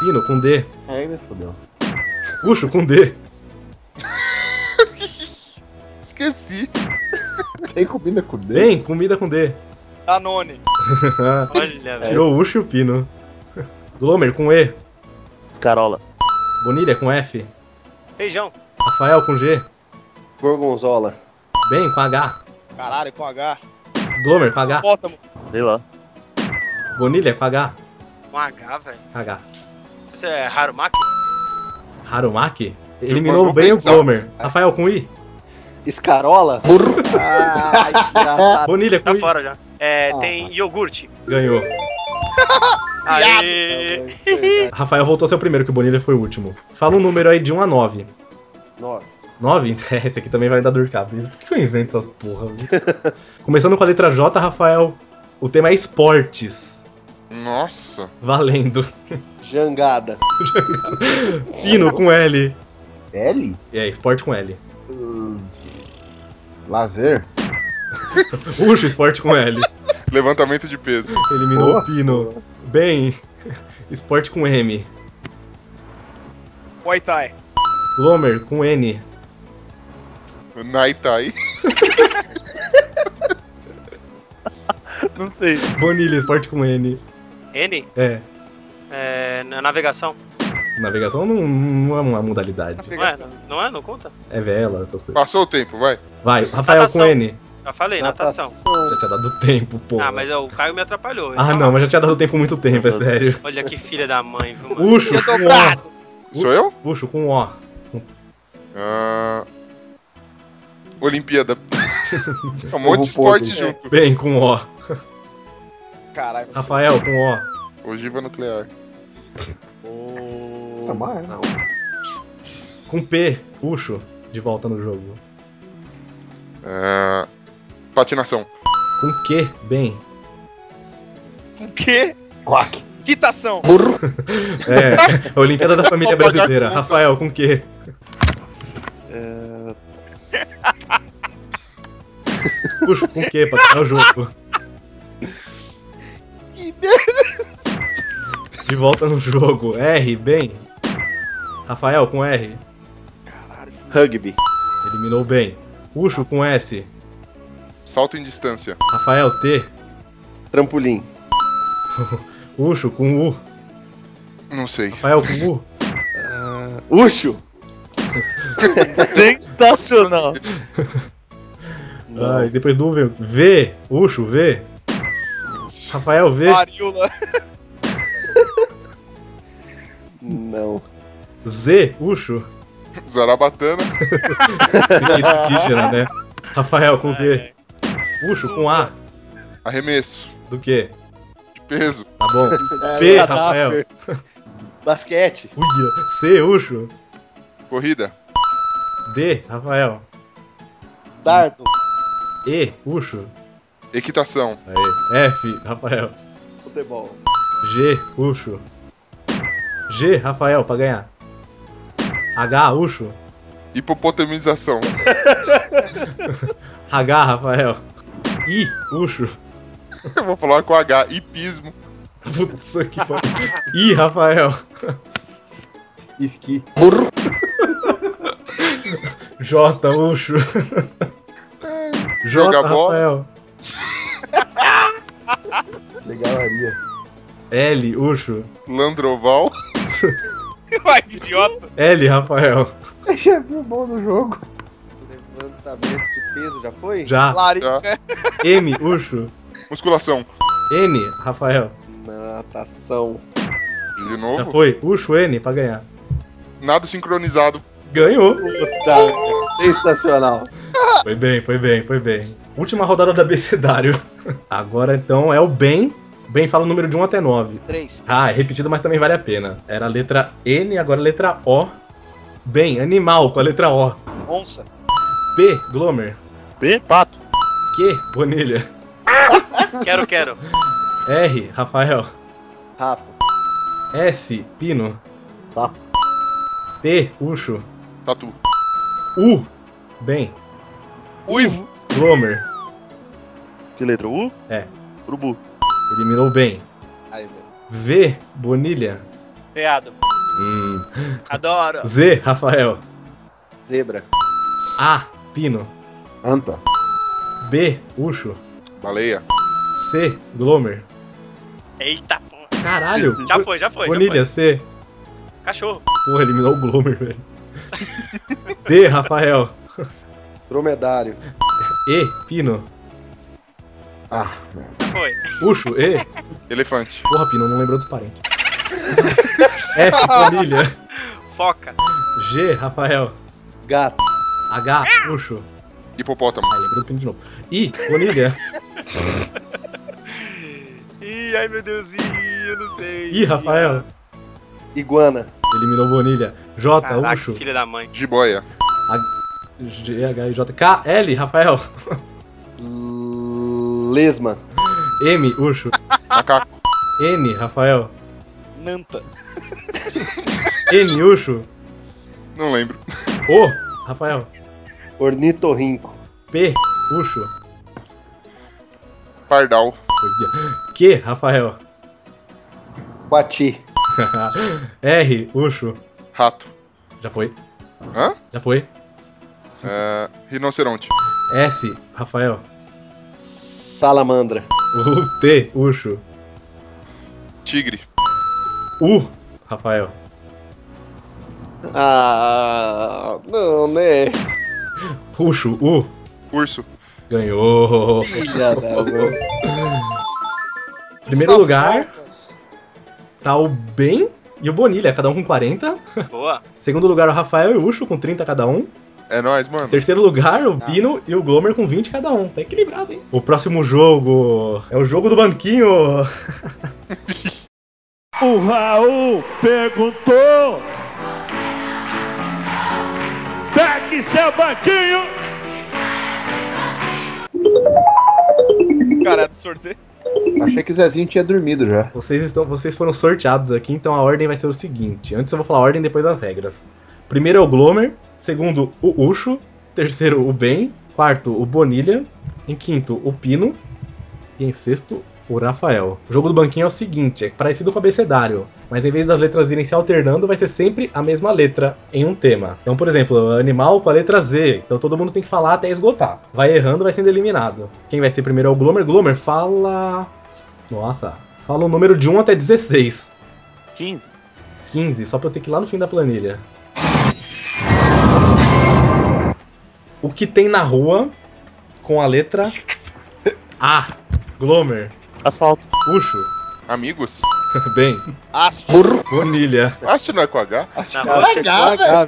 C: Pino com D.
K: Aí me fodeu.
C: Puxo com D.
B: Esqueci.
K: Tem comida com o dedo?
C: Bem, comida com D.
F: Danone.
D: É.
E: Olha, velho.
C: Tirou o Ucho e o Pino. Glomer com E.
H: Carola.
C: Bonilha com F.
E: Feijão.
C: Rafael com G.
D: Gorgonzola.
C: Bem com H.
F: Caralho, com H.
C: Glomer, com H.
F: Hipopótamo.
C: Sei lá. Bonilha, com H.
E: Com H, velho.
C: Com H.
E: Isso é Harumaki?
C: Harumaki? Eliminou bem o Glomer.
E: É.
C: Rafael, com I.
D: Escarola?
C: Bonilha,
E: Tá
C: com I.
E: fora já. É,
D: Ah,
E: tem iogurte.
C: Ganhou.
E: Aí.
C: Rafael voltou a ser o primeiro, que o Bonilha foi o último. Fala um número aí de 1 a 9.
D: 9.
C: 9? É, esse aqui também vai dar dor de cabeça. Por que que eu invento essas porra? viu? Começando com a letra J, Rafael. O tema é esportes.
B: Nossa.
C: Valendo.
D: Jangada.
C: Pino com L.
K: L?
C: É, esporte com L.
K: Lazer?
C: Puxa, esporte com L.
B: Levantamento de peso.
C: Eliminou
B: Boa.
C: o Pino. Bem, esporte com M.
F: Muay Thai.
C: Glomer com N.
B: Naitai.
H: Não sei.
C: Bonilha, esporte com N.
D: tá
E: N?
C: É,
E: É, na- navegação.
C: navegação não, não é uma modalidade.
E: Não é? Não, não é? Não conta?
C: É vela, essas coisas.
B: Passou o tempo, vai.
C: Vai, Rafael com
E: Natação.
C: N.
E: Já falei, natação.
C: Já tinha dado tempo, pô.
E: Ah, mas ó, o Caio me atrapalhou.
C: Ah, não, mas já tinha dado tempo muito tempo, é sério.
E: Olha que filha da mãe, viu, mano?
C: Puxo
E: Tinha
C: com
E: dobrado.
C: O.
B: Sou eu?
C: Puxo com O.
B: Ah, Olimpíada. é um monte de
C: Ovo
B: esporte
C: podre.
B: junto.
C: Bem, com O.
F: Caralho.
C: Rafael com O.
B: Ogiva nuclear.
K: Não.
C: Com P. Puxo. De volta no jogo.
B: Ah, patinação.
C: Com Q. Bem.
F: O quê?
K: Quack.
F: Quitação.
C: É, a Olimpíada da Família
F: Vou pagar
C: Brasileira.
F: conta.
C: Rafael, com Q.
F: É.
C: Puxo com Q pra ganhar o jogo.
F: Que merda.
C: De volta no jogo. R, bem. Rafael, com R.
D: Rugby.
C: Eliminou bem. Puxo com S.
B: Salto em distância.
C: Rafael, T.
D: Trampolim.
C: Ucho com U.
B: Não sei.
C: Rafael com U.
D: Ucho.
H: Sensacional.
C: Ah, e depois do U veio V. Ucho, V. Rafael, V.
F: Varíola.
D: Não.
C: Z. Ucho.
B: Zarabatana.
C: Tígera, né? Rafael com Z. Ucho com A.
B: Arremesso.
C: Do que?
B: De peso.
C: Tá bom.
B: É,
C: P,
B: cadáver.
C: Rafael.
D: Basquete.
C: Uia. C, Ucho.
B: Corrida.
C: D, Rafael.
D: Dardo.
C: E, Ucho.
B: Equitação.
C: Aê. F, Rafael.
D: Futebol.
C: G, Ucho. G, Rafael, pra ganhar. H, Ucho.
B: Hipopotamização.
C: H, Rafael. I, Ucho.
B: Eu vou falar com H. Hipismo.
C: Putz, que pariu. I, Rafael.
K: Esqui.
C: J, Ucho.
B: Joga bola.
C: Rafael.
K: Legalaria.
C: L, Ucho.
B: Landroval.
F: Vai, idiota.
C: L, Rafael.
K: Já viu bom no jogo.
D: Levantamento de peso já foi?
C: Já.
D: Larica.
C: M, Ucho.
B: Musculação.
C: N, Rafael.
D: Natação.
B: De
C: Já
B: novo.
C: foi. Ucho, N, pra ganhar. Tá.
B: Nado sincronizado.
C: Ganhou.
D: Sensacional.
C: Foi bem, foi bem, foi bem. Última rodada da abecedário. Agora então é o Ben. Ben fala o número de 1 até 9.
F: Três.
C: Ah, é repetido, mas também vale a pena. Era a letra N, agora a letra O. Ben, animal, com a letra O.
F: Onça.
C: P, Glomer.
H: P, pato.
C: Q, Bonilha.
E: Quero, quero.
C: R, Rafael.
D: Rato.
C: S, Pino.
K: Sapo.
C: T, Ucho.
B: Tatu.
C: U, Ben.
H: Uivo.
C: Glomer.
H: Que letra? U?
C: É.
H: Urubu.
C: Eliminou Ben.
F: Aí, velho.
C: V, Bonilha.
E: Veado.
C: Hum.
E: Adoro.
C: Z, Rafael.
D: Zebra.
C: A, Pino.
K: Anta.
C: B, Ucho.
B: Baleia.
C: C, Glomer.
E: Eita porra.
C: Caralho.
E: Já foi, já foi. já
C: Bonilha, C.
E: foi. Cachorro.
C: Porra, eliminou o Glomer, velho. D, Rafael.
D: Dromedário.
C: E, Pino.
K: Ah,
E: Foi.
C: Puxo, E.
B: Elefante.
C: Porra, Pino, não lembrou dos parentes. F, família.
E: Foca.
C: G, Rafael.
D: Gato.
C: H, puxo.
B: Hipopótamo.
C: Ah, lembrou do Pino de novo. I, família.
E: Ih, ai meu Deus, ih, eu não sei.
C: I, Rafael.
D: Iguana.
C: Eliminou Bonilha. J,
E: Caraca,
C: Ucho.
E: filha da mãe.
B: Jiboia.
C: H, G, H, I, J. K, L, Rafael.
D: Lesma.
C: M, Ucho.
B: Macaco.
C: N, Rafael.
F: Nanta.
C: N, Ucho.
B: Não lembro.
C: O, Rafael.
D: Ornitorrinco.
C: P, Ucho.
B: Pardal.
C: Q, Rafael.
D: Quati.
C: R, Ucho.
B: Rato.
C: Já foi.
B: Hã?
C: Já foi.
B: É, rinoceronte.
C: S, Rafael.
D: Salamandra.
C: U, T, Ucho.
B: Tigre.
C: U, Rafael.
D: Ah, não, né?
C: Puxo, U.
B: Urso.
C: Ganhou.
D: Filha da mãe.
C: Primeiro lugar tá o Ben e o Bonilha, cada um com 40.
E: Boa.
C: Segundo lugar, o Rafael e o Ucho com 30 cada um.
B: É nóis, mano.
C: Terceiro lugar, o Pino e o Glomer com 20 cada um. Tá equilibrado, hein? O próximo jogo é o jogo do banquinho.
M: O Raul perguntou. Pegue seu banquinho.
F: Cara, é do sorteio.
K: Achei que o Zezinho tinha dormido já.
C: Vocês, estão, vocês foram sorteados aqui, então a ordem vai ser o seguinte. Antes eu vou falar a ordem, depois as regras. Primeiro é o Glomer, segundo o Ucho, terceiro o Ben, quarto o Bonilha, em quinto o Pino e em sexto o Rafael. O jogo do banquinho é o seguinte, é parecido com o abecedário, mas em vez das letras irem se alternando, vai ser sempre a mesma letra em um tema. Então, por exemplo, animal com a letra Z, então todo mundo tem que falar até esgotar. Vai errando, vai sendo eliminado. Quem vai ser primeiro é o Glomer. Glomer, fala... Nossa, fala o número de 1 até 16.
H: 15.
C: 15, só pra eu ter que ir lá no fim da planilha. O que tem na rua com a letra A? Glomer.
H: Asfalto.
C: Puxo.
B: Amigos.
C: Bem.
B: Astro.
C: Bonilha.
B: Astro não é com H?
E: Na rua, tem...
B: H,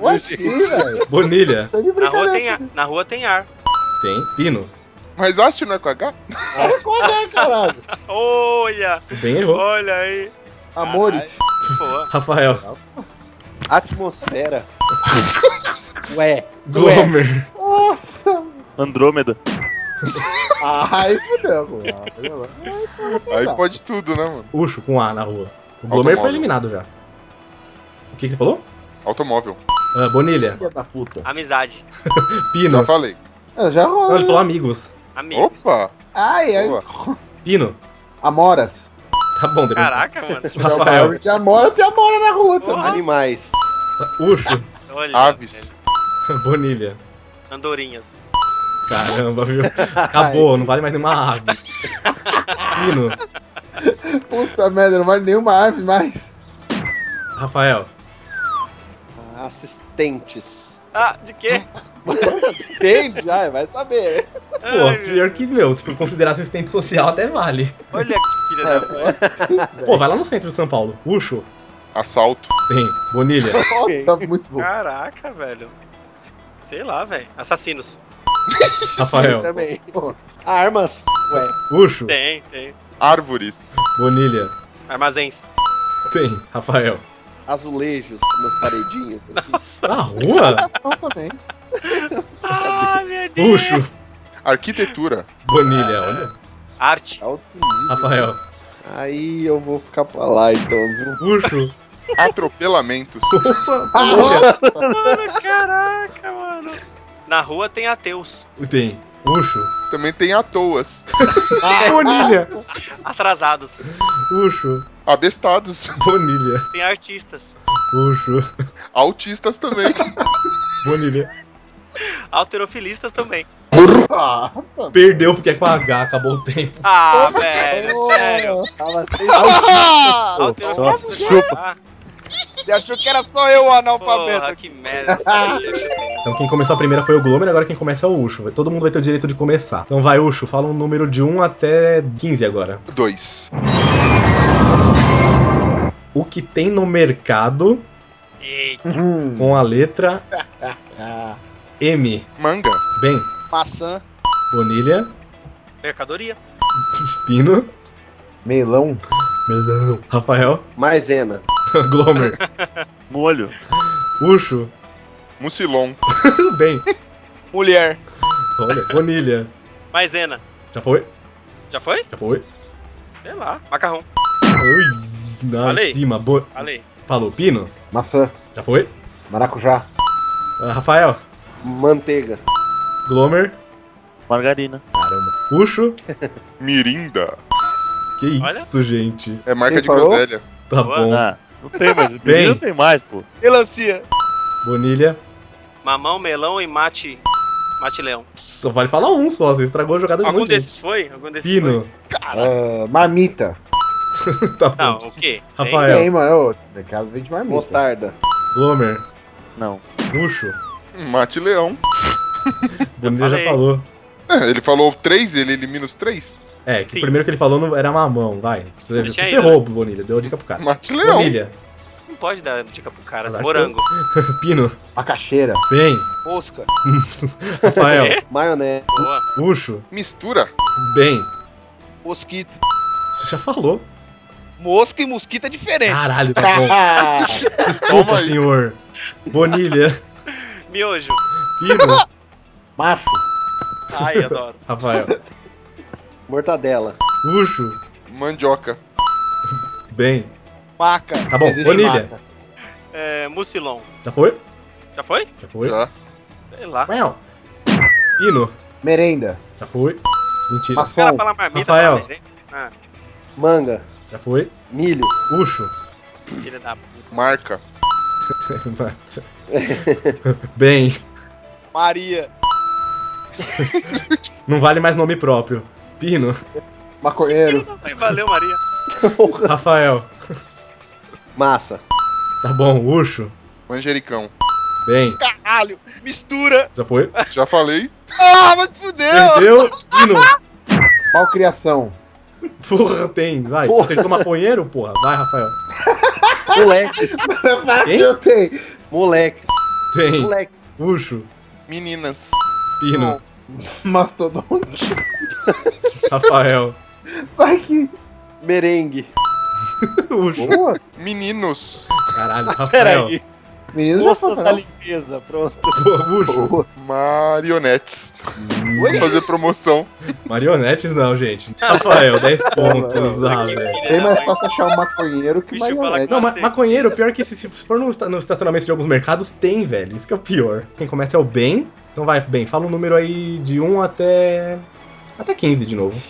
B: velho.
C: Bonilha.
E: na rua tem ar. Na rua tem ar.
C: Tem. Pino.
B: Mas Astro não é com H?
D: caralho.
E: Olha.
C: Bem errou.
E: Olha aí.
D: Amores.
E: Boa.
C: Rafael.
D: Atmosfera. Ué.
C: Glomer.
K: Nossa.
H: Andrômeda.
K: Ai, fudeu, mano.
B: Aí pode tudo, né, mano?
C: Ucho com A na rua. O Glomer foi
B: Automóvel.
C: eliminado já. O que, que você falou?
B: Automóvel.
C: Ah, Bonilha.
K: Filha da puta.
E: Amizade.
C: Pino.
B: Já falei.
K: Ah, já rola.
C: Não, ele falou amigos.
E: Amigo.
B: Opa!
K: Ai, ai.
B: Boa.
C: Pino.
K: Amoras.
C: Tá bom, depois.
E: Caraca, mano.
C: Rafael.
K: De amora, tem amora na rua também.
D: Animais.
C: Ucho.
E: Olha.
B: Aves.
C: Bonilha.
E: Andorinhas.
C: Caramba, viu? Acabou, não vale mais nenhuma ave. Pino.
K: Puta merda, não vale nenhuma árvore mais.
C: Rafael.
D: Assistentes.
E: Ah, de quê?
D: Entende? Ai, vai saber.
C: Pô, pior que meu, se for considerar assistente social até vale.
E: Olha que filha da mãe.
C: Pô, vai lá no centro de São Paulo. Ucho.
B: Assalto.
C: Tem. Bonilha.
K: Nossa, Tá muito bom.
E: Caraca, velho. Sei lá, velho. Assassinos.
C: Rafael.
D: Também. Armas. Ué.
C: Ucho.
E: Tem, tem.
B: Árvores.
C: Bonilha.
E: Armazéns.
C: Tem. Rafael.
D: Azulejos nas paredinhas. assim.
C: Na rua?
K: Não, também.
E: Ah, meu Deus.
C: Ucho.
B: Arquitetura.
C: Bonilha, olha.
E: Arte.
D: Alto nível.
C: Rafael.
D: Aí eu vou ficar pra lá, então. viu?
C: Ucho.
B: Atropelamentos.
C: Olha.
E: Mano, caraca, mano. Na rua tem ateus.
C: Tem. Ucho.
B: Também tem atoas.
C: Bonilha.
E: Atrasados.
C: Ucho.
B: Abestados.
C: Bonilha.
E: Tem artistas.
C: Ucho.
B: Autistas também.
C: Bonilha.
E: Alterofilistas também.
C: Perdeu porque é com H, acabou o tempo.
E: Ah, velho, sério.
D: Tava sem
F: Ah,
E: Alterofilistas. Ah,
H: Chupa.
E: Ele achou que era só eu o analfabeto. Porra, que merda. isso aí, eu chutei.
C: Então quem começou a primeira foi o Glomer, agora quem começa é o Ucho. Todo mundo vai ter o direito de começar. Então vai, Ucho, fala um número de 1 até 15 agora.
B: 2.
C: O que tem no mercado
K: Hum.
C: com a letra M.
B: Manga.
C: Bem,
F: Maçã.
C: Bonilha,
E: Mercadoria.
C: Pino,
K: Melão.
C: Melão. Rafael,
K: Maisena.
C: Glomer,
H: Molho.
C: Ucho,
B: Mucilon.
C: Bem,
E: Mulher.
C: olha, Bonilha.
E: Maisena.
C: Já foi?
E: Já foi?
C: Já foi?
E: Sei lá. Macarrão.
C: Ui, na
E: Falei.
C: cima. Bo...
E: Falei.
C: Falou, Pino?
K: Maçã.
C: Já foi?
K: Maracujá.
C: Ah, Rafael,
K: Manteiga.
C: Glomer,
H: Margarina.
C: Caramba. Ucho,
B: Mirinda.
C: que isso, gente.
B: É marca
C: Quem
B: de
C: falou?
B: groselha.
C: Tá bom.
H: Ah, não tem mais.
C: Bem.
H: Não tem mais, pô.
E: Melancia.
C: Bonilha,
E: Mamão, melão e mate. Mate leão.
C: só vale falar um só, você estragou a jogada de
E: Algum
C: muito.
E: desses foi? Algum desses
C: Pino,
K: Ah, marmita.
C: tá bom.
E: foi? Não, o quê?
C: Rafael.
K: Tem, mano. Ô, mercado vende marmita.
D: Mostarda.
C: Glomer,
H: Não.
C: Ucho,
B: Hum, Mate Leão.
C: Bonilha já
B: falei.
C: falou.
B: É, ele falou 3, ele elimina os 3.
C: É, que
B: Sim.
C: o primeiro que ele falou não- era mamão, vai. Você,
E: Ele
C: você
E: tinha ido,
C: ferrou, Bonilha, deu a dica pro cara.
B: Mate
E: Leão.
C: Bonilha,
E: Não pode dar dica pro cara.
C: Vai,
E: Morango.
C: Pino,
K: Macaxeira.
C: bem,
F: Mosca.
C: Rafael,
D: Maionese.
C: Ucho,
B: Mistura.
C: bem.
F: Mosquito.
C: Você já falou.
F: Mosca e mosquito é diferente.
C: Caralho, tá bom. Desculpa,
F: Toma aí.
C: senhor. Bonilha,
E: Miojo.
C: Pino,
K: Macho.
E: Ai, adoro.
C: Rafael,
D: Mortadela.
C: Ucho,
B: Mandioca.
C: bem.
F: Maca.
C: Tá bom,
K: Existe
C: Bonilha,
K: maca.
E: É, mucilon.
C: já foi?
E: Já foi?
C: Já foi?
B: Já.
E: Sei lá.
C: Não. Pino,
K: Merenda.
C: já foi? Mentira.
E: O cara fala marmita,
C: Rafael.
E: fala merenda. Ah,
D: Manga.
C: Já foi?
D: Milho.
C: Ucho.
E: filha da puta.
B: Marca.
C: Bem,
F: Maria.
C: não vale mais nome próprio. Pino,
K: Maconheiro.
E: Ai, Valeu, Maria.
C: Rafael,
D: Massa.
C: tá bom, Ucho.
B: Manjericão.
C: Bem,
F: Caralho. Mistura.
C: já foi?
B: Já falei.
F: Ah, mas fudeu.
C: Perdeu, Pino.
K: Malcriação.
C: Porra, tem, vai.
K: Porra.
C: Você toma maconheiro, porra? Vai, Rafael.
D: Moleques.
C: Quem?
K: Eu tenho.
D: Moleques.
C: Tem,
D: Moleque.
C: Ucho,
B: Meninas.
C: Pino,
K: Mastodonte.
C: Rafael,
K: Vai que.
D: Merengue.
C: Ucho.
K: Boa.
B: Meninos.
C: Caralho, Rafael,
K: Menino já né?
D: Moças
K: passou.
D: da
H: tá
D: limpeza. Pronto.
C: Porra, Ucho.
K: Boa.
B: Marionetes. Vou fazer promoção.
C: Marionetes não, gente. Rafael, 10 pontos. Ah,
E: Que
C: velho.
E: filha
K: Bem
E: da
K: mais
E: mãe.
K: fácil achar um maconheiro que
E: Deixa eu falar
K: marionete.
E: com
C: Não, ma
E: Você.
C: maconheiro, pior que se, se for no, esta- no estacionamento de alguns mercados, tem, velho. Isso que é o pior. Quem começa é o Ben. Então vai, Ben, fala um número aí de 1 até. até 15 de novo.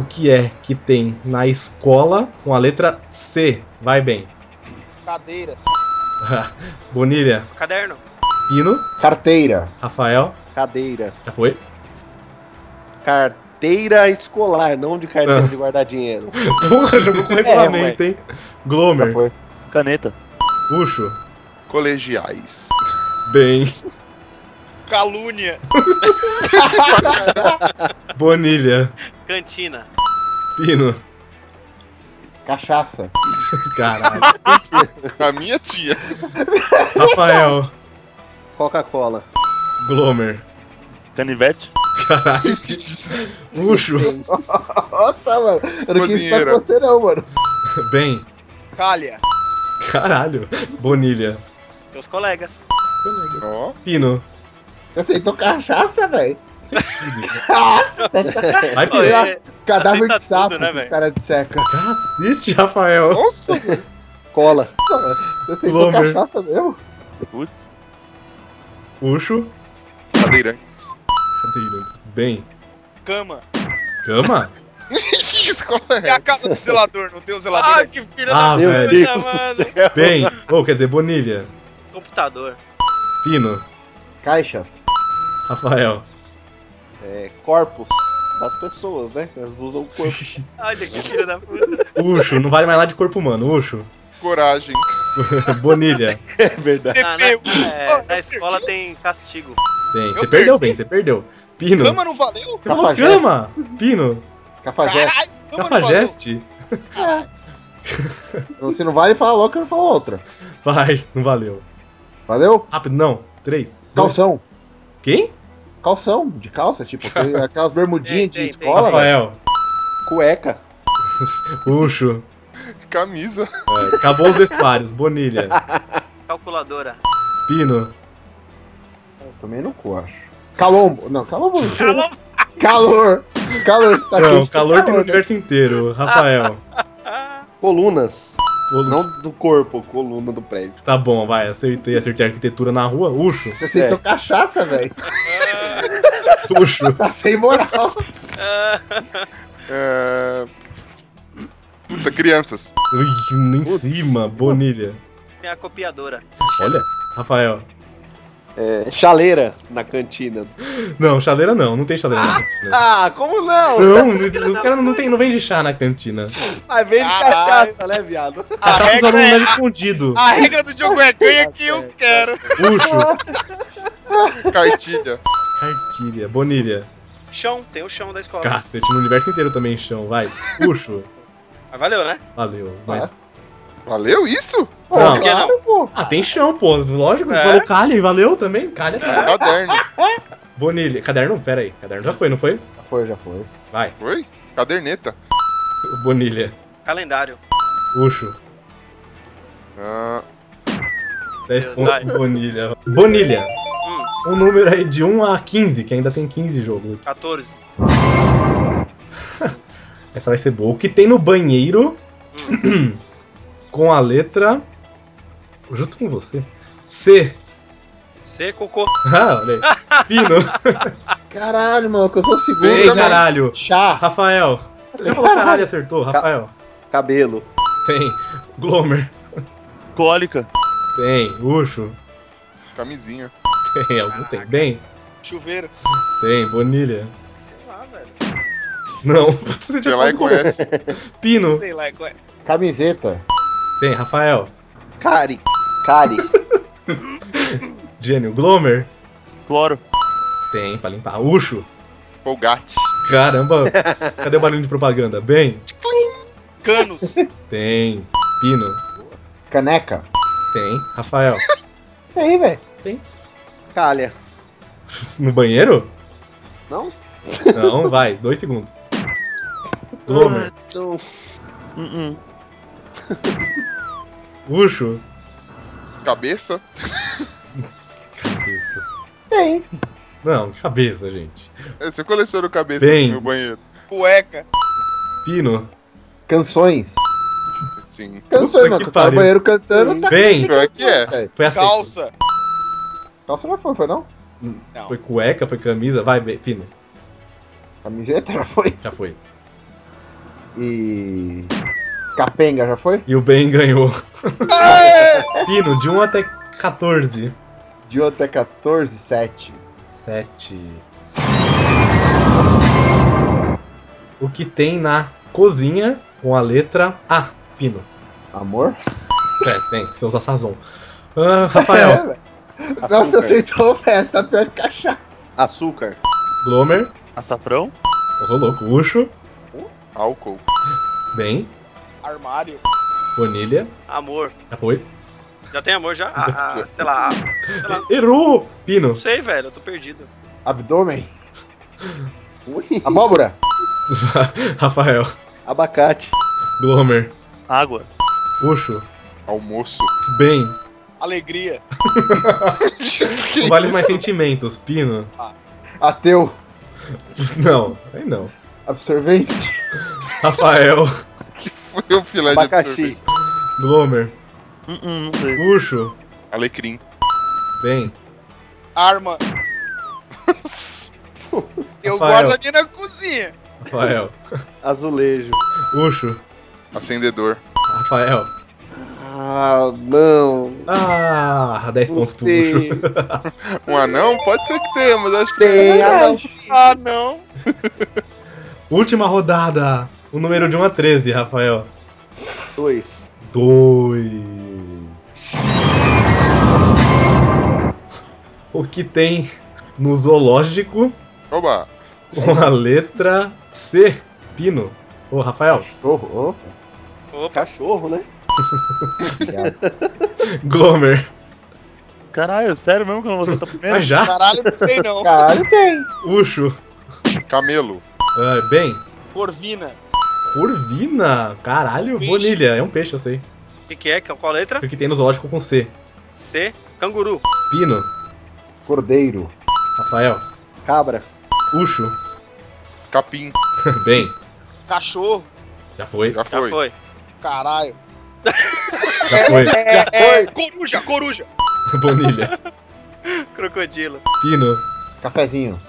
C: O que é que tem na escola com a letra C? Vai, Ben.
F: Cadeira.
C: Bonilha,
E: Caderno.
C: Pino,
K: Carteira.
C: Rafael,
D: Cadeira.
C: já foi?
D: Carteira escolar, não de carteira
C: Ah.
D: de guardar dinheiro. É, Tá
C: Porra, jogou com regulamento, hein?
K: Já
C: Glomer,
K: foi.
H: Caneta.
C: Ucho,
B: Colegiais.
C: Ben,
F: Calúnia.
C: Bonilha,
E: Cantina.
C: Pino.
K: Cachaça.
C: Caralho.
B: A minha tia.
C: Rafael,
D: Coca-Cola.
C: Glomer.
H: Canivete.
C: Caralho. Ucho.
K: Nossa, mano. Eu não quis estar
B: Cozinheira.
K: com você, não, mano.
C: Bem.
F: Calha.
C: Caralho. Bonilha.
E: Meus colegas.
B: Ó.
C: Pino.
K: Aceitou cachaça, velho? né?
C: Vai,
E: Ô,
C: Pino.
E: é,
K: Cadáver
E: Aceita
K: de sapo
E: tudo, né,
K: que os
E: velho?
K: caras disseca.
C: Cacete, Rafael.
B: Nossa.
D: Cola.
K: Nossa, mano. Você aceitou
C: Glomer.
K: cachaça mesmo?
H: Putz.
C: Ucho.
B: Cadeirantes.
C: Cadeirantes. Bem.
F: Cama.
C: Cama?
B: Que escola
F: É a
B: é?
F: casa do zelador. Não tem o zelador?
E: Ah,
F: aqui?
E: que filha
C: Ah,
E: da
C: meu
E: puta,
C: Deus
E: mano.
C: Bem. Ou, quer dizer, Bonilha.
E: Computador.
C: Pino.
K: Caixas.
C: Rafael.
D: É, corpos das pessoas, né? Elas usam o corpo.
E: Olha que filha da puta.
C: Ucho. Não vale mais nada de corpo humano. Ucho.
B: Coragem.
C: Bonilha.
E: É verdade. Na, na, é, na escola tem castigo.
C: Bem, você perdeu bem, você perdeu. Pino.
E: Cama não valeu?
C: Você falou
E: Cafajeste.
C: cama! Pino.
K: Cafajeste.
E: não
C: Cafajeste?
K: Você não vai falar logo que eu não falo outra.
C: Vai, não valeu.
K: Valeu?
C: Rápido, não. Três.
K: Calção.
C: Quem?
K: Calção, de calça, tipo, aquele- aquelas bermudinhas de escola.
C: Rafael.
K: velho. Cueca.
C: Puxo.
B: Camisa.
C: É, acabou os vestuários. Bonilha.
E: Calculadora.
C: Pino.
K: Também não acho. Calombo. Não, calombo. Calor. Calor. Está
C: Não,
K: quente, tá
C: calor
E: um
C: tem no
K: né?
C: universo inteiro. Rafael.
D: Colunas.
C: Não
D: do corpo, coluna do prédio.
C: Tá bom, vai. Acertei. Acertei arquitetura na rua. Ucho.
K: Você aceitou É, cachaça, velho.
C: Ucho.
K: Tá sem moral.
B: É... Puta, crianças.
C: Ui, em cima. Bonilha.
E: Tem a copiadora.
C: Olha. Rafael.
D: É, chaleira na cantina.
C: Não, chaleira não. Não tem chaleira na cantina.
D: Ah, como não?
C: Não, os caras não, tem, não vendem chá na cantina. Tá
D: Mas vem de cachaça, né, viado?
C: Cachaça os alunos mais escondido.
F: Ah,
N: A regra do jogo é ganha que eu quero.
C: Puxo.
B: Cartilha.
C: Cartilha. Bonilha.
E: Chão, tem o chão da escola.
C: Cacete, no universo inteiro também chão. Vai. Puxo.
E: Mas valeu, né?
C: Valeu. Mas.
B: Valeu isso?
C: Pô,
E: por que não?
C: Ah, tem chão, pô. Lógico,
E: É.
C: falou calha e valeu também. Calha também.
B: Caderno.
C: Bonilha. Caderno? Pera aí. Caderno já foi, não foi? Já
K: foi, já foi.
C: Vai.
B: Foi? Caderneta.
C: Bonilha.
E: Calendário.
C: Puxo.
B: Ah,
C: 10 pontos
E: Vai.
C: pro Bonilha. Bonilha. Um número aí de 1 a 15, que ainda tem 15 jogos.
E: 14.
C: Essa vai ser boa. O que tem no banheiro
E: Hum.
C: com a letra. Justo com você. C.
E: C, cocô.
C: Ah, olha aí. Pino.
K: Caralho, mano, que eu sou o segundo.
C: Ei,
K: mano.
C: caralho.
K: Chá.
C: Rafael. Você já falou caralho, acertou, Rafael.
D: Cabelo.
C: Tem. Glomer.
H: Cólica.
C: Tem. Ucho.
B: Camisinha.
C: Tem, alguns tem. Bem.
E: Chuveiro.
C: Tem. Bonilha.
E: Sei lá, velho.
C: Não. Você já
K: Sei lá é. e
C: falou.
K: conhece.
C: Pino.
E: Sei lá, qual é.
K: Camiseta.
C: Tem, Rafael.
D: Cari. Cari.
C: Gênio. Glomer.
H: Cloro.
C: Tem, pra limpar. Ucho.
B: Colgate.
C: Caramba. Cadê o barulho de propaganda? Bem.
E: Canos.
C: Tem. Pino.
K: Caneca.
C: Tem. Rafael.
K: Tem, velho.
C: Tem.
D: Calha.
C: No banheiro?
D: Não?
C: Não, vai. Dois segundos. Glomer.
D: Então,
H: Uh-uh.
C: Ucho.
B: Cabeça.
K: Tem.
C: Não, cabeça, gente.
B: É, Você coleciona cabeça
C: Bem.
B: no banheiro.
E: Cueca.
C: Pino.
K: Canções.
B: Sim. é.
K: Canções,
C: Puta
K: mano.
C: que
K: Que tá no
C: pariu.
K: banheiro cantando. Tá
C: Bem.
D: é
K: cantando canção, velho.
C: Foi aceito.
K: Calça já foi, foi não?
C: Foi cueca, foi camisa. Vai, Be- Pino.
K: Camiseta já foi.
C: Já foi.
K: E. Capenga já foi?
C: E o Ben ganhou. Pino, de 1 até 14.
K: De 1 até 14, 7.
C: 7. O que tem na cozinha com a letra A, Pino?
K: Amor?
C: É, tem, se usar Sazon. Ah,
K: É,
C: Rafael,
K: Nossa, acertou, velho. Tá pior que cachaça.
D: Açúcar.
C: Glomer,
H: Açafrão.
C: ô louco, Ucho,
B: Álcool.
C: bem,
E: Armário.
C: Bonilha,
E: Amor.
C: já foi.
E: Já tem amor já? Ah, ah, sei lá. ah, Sei lá.
C: Errou, Pino.
E: Não sei, velho. Eu tô perdido.
K: Abdômen. Abóbora.
C: Rafael,
D: Abacate.
C: Glomer,
H: Água.
C: Ucho,
B: Almoço.
C: bem.
E: Alegria.
C: Não vale mais sentimentos, Pino.
K: Ateu.
C: Não, aí não.
K: Absorvente.
C: Rafael,
B: Foi um filé
K: Abacaxi.
B: de absorvente.
C: Glomer,
H: Uh-uh, não sei.
C: Ucho,
B: Alecrim.
C: bem.
N: Arma. Eu
C: Rafael.
N: guardo ali na cozinha.
C: Rafael,
D: Azulejo.
C: Ucho,
B: Acendedor.
C: Rafael.
D: Ah, não.
C: Ah, 10 pontos pro
D: sei.
C: Ucho.
B: Um anão? Pode ser que tenha, mas acho que é
D: Tem anão.
N: Ah, não.
C: Última rodada. um O número de 1 a 13, Rafael.
D: Dois.
C: 2. o que tem no zoológico
B: Oba!
C: com a letra C, pino. Ô, Rafael.
K: Cachorro,
D: Cachorro, né?
C: Glomer.
H: Caralho, sério mesmo que eu não vou acertar primeiro?
C: Mas já?
E: Caralho, não sei não.
C: Caralho, tem. Ucho.
B: Camelo.
C: bem,
E: Corvina.
C: curvina. Caralho,
E: Peixe.
C: bonilha. É um peixe, eu sei.
E: O que, que é? Qual letra?
C: O que tem no zoológico com C.
E: C. Canguru.
C: Pino.
K: Cordeiro.
C: Rafael.
D: Cabra.
C: Ucho.
B: Capim.
C: Bem,
E: Cachorro.
C: já foi. Já
E: Já foi. Caralho.
C: Já foi.
E: É, coruja, coruja.
C: Bonilha.
E: Crocodilo.
C: Pino.
K: Cafezinho.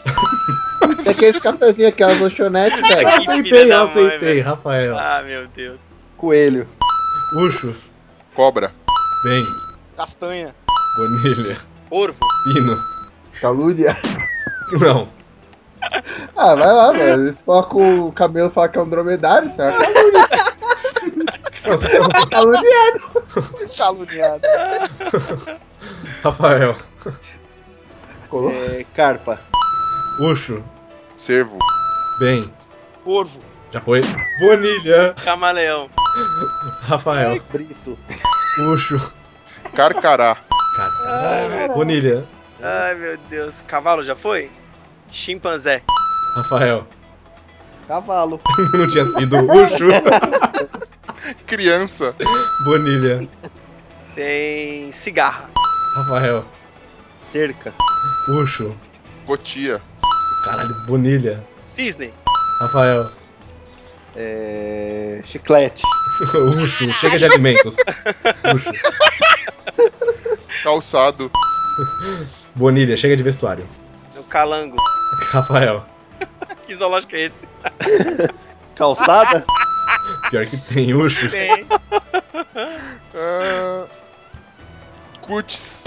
K: Tem aqueles cafezinhos, aquelas lanchonetes,
C: Eu
K: velho.
C: aceitei, eu aceitei, Rafael.
E: Ah, meu Deus.
K: Coelho.
C: Ucho.
B: Cobra.
C: Bem,
E: Castanha.
C: bonilha.
E: Corvo.
C: Pino.
K: Calúnia.
C: Não.
K: Ah, vai lá, velho. Eles colocam o camelo e falam que é um dromedário, isso é uma calúnia. Caluniado.
E: Caluniado.
C: Rafael.
D: É, carpa.
C: Ucho.
B: Cervo.
C: Bem,
E: Corvo.
C: já foi. Bonilha.
E: Camaleão.
C: Rafael.
D: Brito.
C: Ucho.
B: Carcará.
C: Bonilha.
E: Ai, meu Deus. Cavalo já foi? Chimpanzé.
C: Rafael.
D: Cavalo.
C: Não tinha sido Ucho.
B: Criança.
C: Bonilha.
E: Tem cigarra.
C: Rafael.
D: Cerca.
C: Ucho.
B: Cotia.
C: Caralho, bonilha.
E: Cisne.
C: Rafael.
D: É, chiclete.
C: Ucho. Chega de alimentos.
B: Calçado.
C: Bonilha. Chega de vestuário.
E: O calango.
C: Rafael.
E: Que zoológico é esse?
D: Calçada?
C: Pior que tem Ucho.
E: Tem.
B: Ah, Cuts.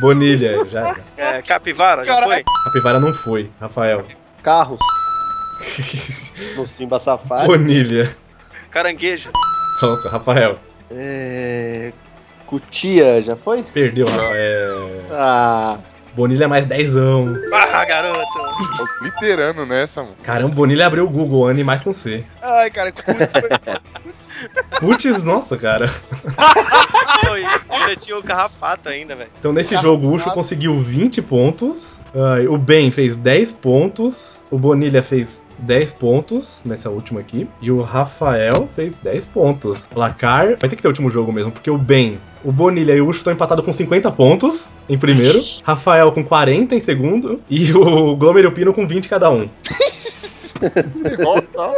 C: Bonilha. Já. era.
E: É, capivara já foi?
C: Capivara não foi. Rafael.
D: Carros. No Simba Safari.
C: Bonilha.
E: Caranguejo.
C: Nossa, Rafael.
D: É, cutia, já foi?
C: Perdeu, Rafael.
D: Ah,
C: Bonilha é mais dezão.
E: Ah, garoto.
B: Tô Literando nessa, mano.
C: Caramba, Bonilha abriu o Google Animais com C.
E: Ai, cara, que putz
C: Putz, nossa, cara.
E: foi. Ainda tinha o carrapato ainda, velho.
C: Então nesse jogo o Ucho conseguiu 20 pontos, ai, o Ben fez 10 pontos, o Bonilha fez 10 pontos nessa última aqui, e o Rafael fez 10 pontos. Placar, vai ter que ter o último jogo mesmo, porque o Ben, o Bonilha e o Ucho estão empatados com 50 pontos em primeiro, Rafael com 40 em segundo, e o Glomer e o Pino com 20 cada um.
B: Igual tá.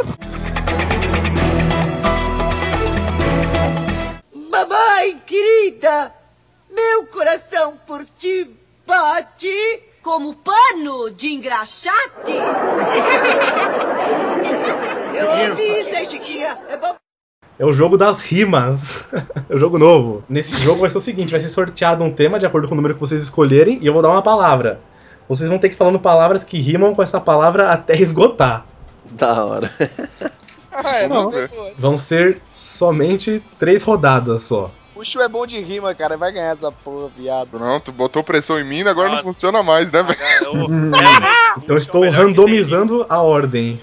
G: Mamãe querida, meu coração por ti bate como pano de engraxate. Eu ouvi, Zé Chiquinha. É bom.
C: É o jogo das rimas. é o jogo novo. Nesse jogo vai ser o seguinte: vai ser sorteado um tema de acordo com o número que vocês escolherem, e eu vou dar uma palavra. Vocês vão ter que ir falando palavras que rimam com essa palavra até esgotar.
D: da hora.
E: Ah, é,
C: Não.
E: não tem boa.
C: Vão ser somente três rodadas só.
E: O Chu é bom de rima, cara. Vai ganhar essa porra, viado.
B: Pronto, botou pressão em mim, agora não funciona mais, né, velho?
C: Então eu estou randomizando a ordem.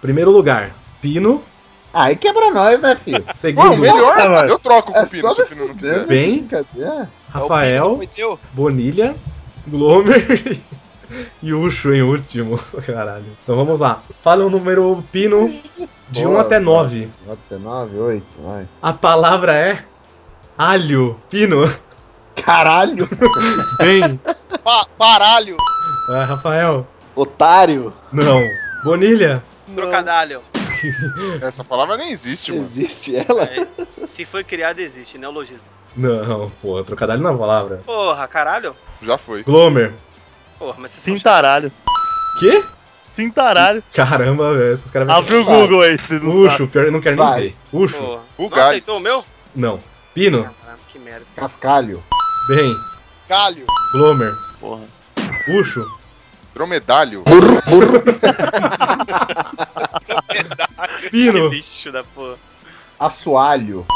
C: Primeiro lugar, Pino.
K: Aí quebra nós, né, filho?
B: Bom,
C: Segundo,
B: melhor,
K: Nossa, mano.
B: eu troco com
K: É
B: o Pino
K: só
B: se o
K: me
B: Pino não
K: fuder,
B: quiser.
K: né?
C: Bem.
K: Brincadeira.
C: É Rafael,
E: Foi seu?
C: Bonilha, Glomer e Ucho em último. Caralho. Então vamos lá. Fala um número Pino de 1
K: Boa,
C: até 9.
K: Até 9, 8, vai.
C: A palavra é alho. Pino.
K: Caralho!
C: Bem.
E: Pa baralho.
C: Ah, Rafael.
D: Otário.
C: Não. Bonilha.
E: Trocadalho.
B: Essa palavra nem existe, mano.
D: Existe ela?
E: É, se foi criado, existe. Neologismo.
C: Não, pô, trocadalho na palavra.
E: Porra, caralho.
B: Já foi.
C: Glomer.
E: Porra, mas vocês são
H: Cintaralho.
C: Quê?
H: Cintaralho.
C: Caramba, velho. Esses caras
H: Abre o Google aí, se não sabe.
C: Ucho, pior, eu não quero
K: Vai.
C: nem ver.
E: chatos,
C: Ucho.
E: porra.
B: O
E: Não
B: galho.
E: aceitou o meu?
C: Não. Pino.
E: Caralho, que merda.
K: Cascalho.
C: Bem.
E: Galho.
C: Glomer.
H: Porra.
C: Ucho.
B: Dromedalho.
E: Que
C: Pino.
E: bicho da porra.
K: Assoalho.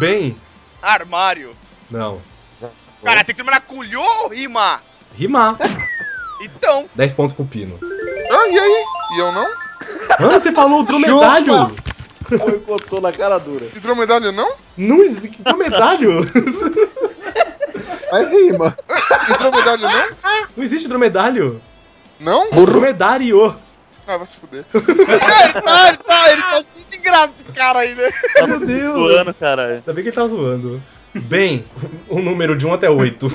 C: Bem,
F: Armário.
C: não.
F: Cara, tem que terminar com lho ou rimar?
C: Rimar.
F: Então.
C: 10 pontos pro Pino.
B: Ah, e aí? E eu não?
C: Ah, você falou o dromedário!
D: Boicotou na cara dura.
B: E dromedário não?
C: Não existe dromedário!
K: Mas rima.
B: E dromedário não?
C: Não existe dromedário!
B: Não?
C: Dromedário!
B: Ah, vai se fuder.
F: Ah, ele tá, ele tá cheio de graça, esse cara aí, né?
C: Meu Deus!
H: Tá Zoando, caralho.
C: Ainda bem que ele tá zoando. Bem, o número de 1 até 8.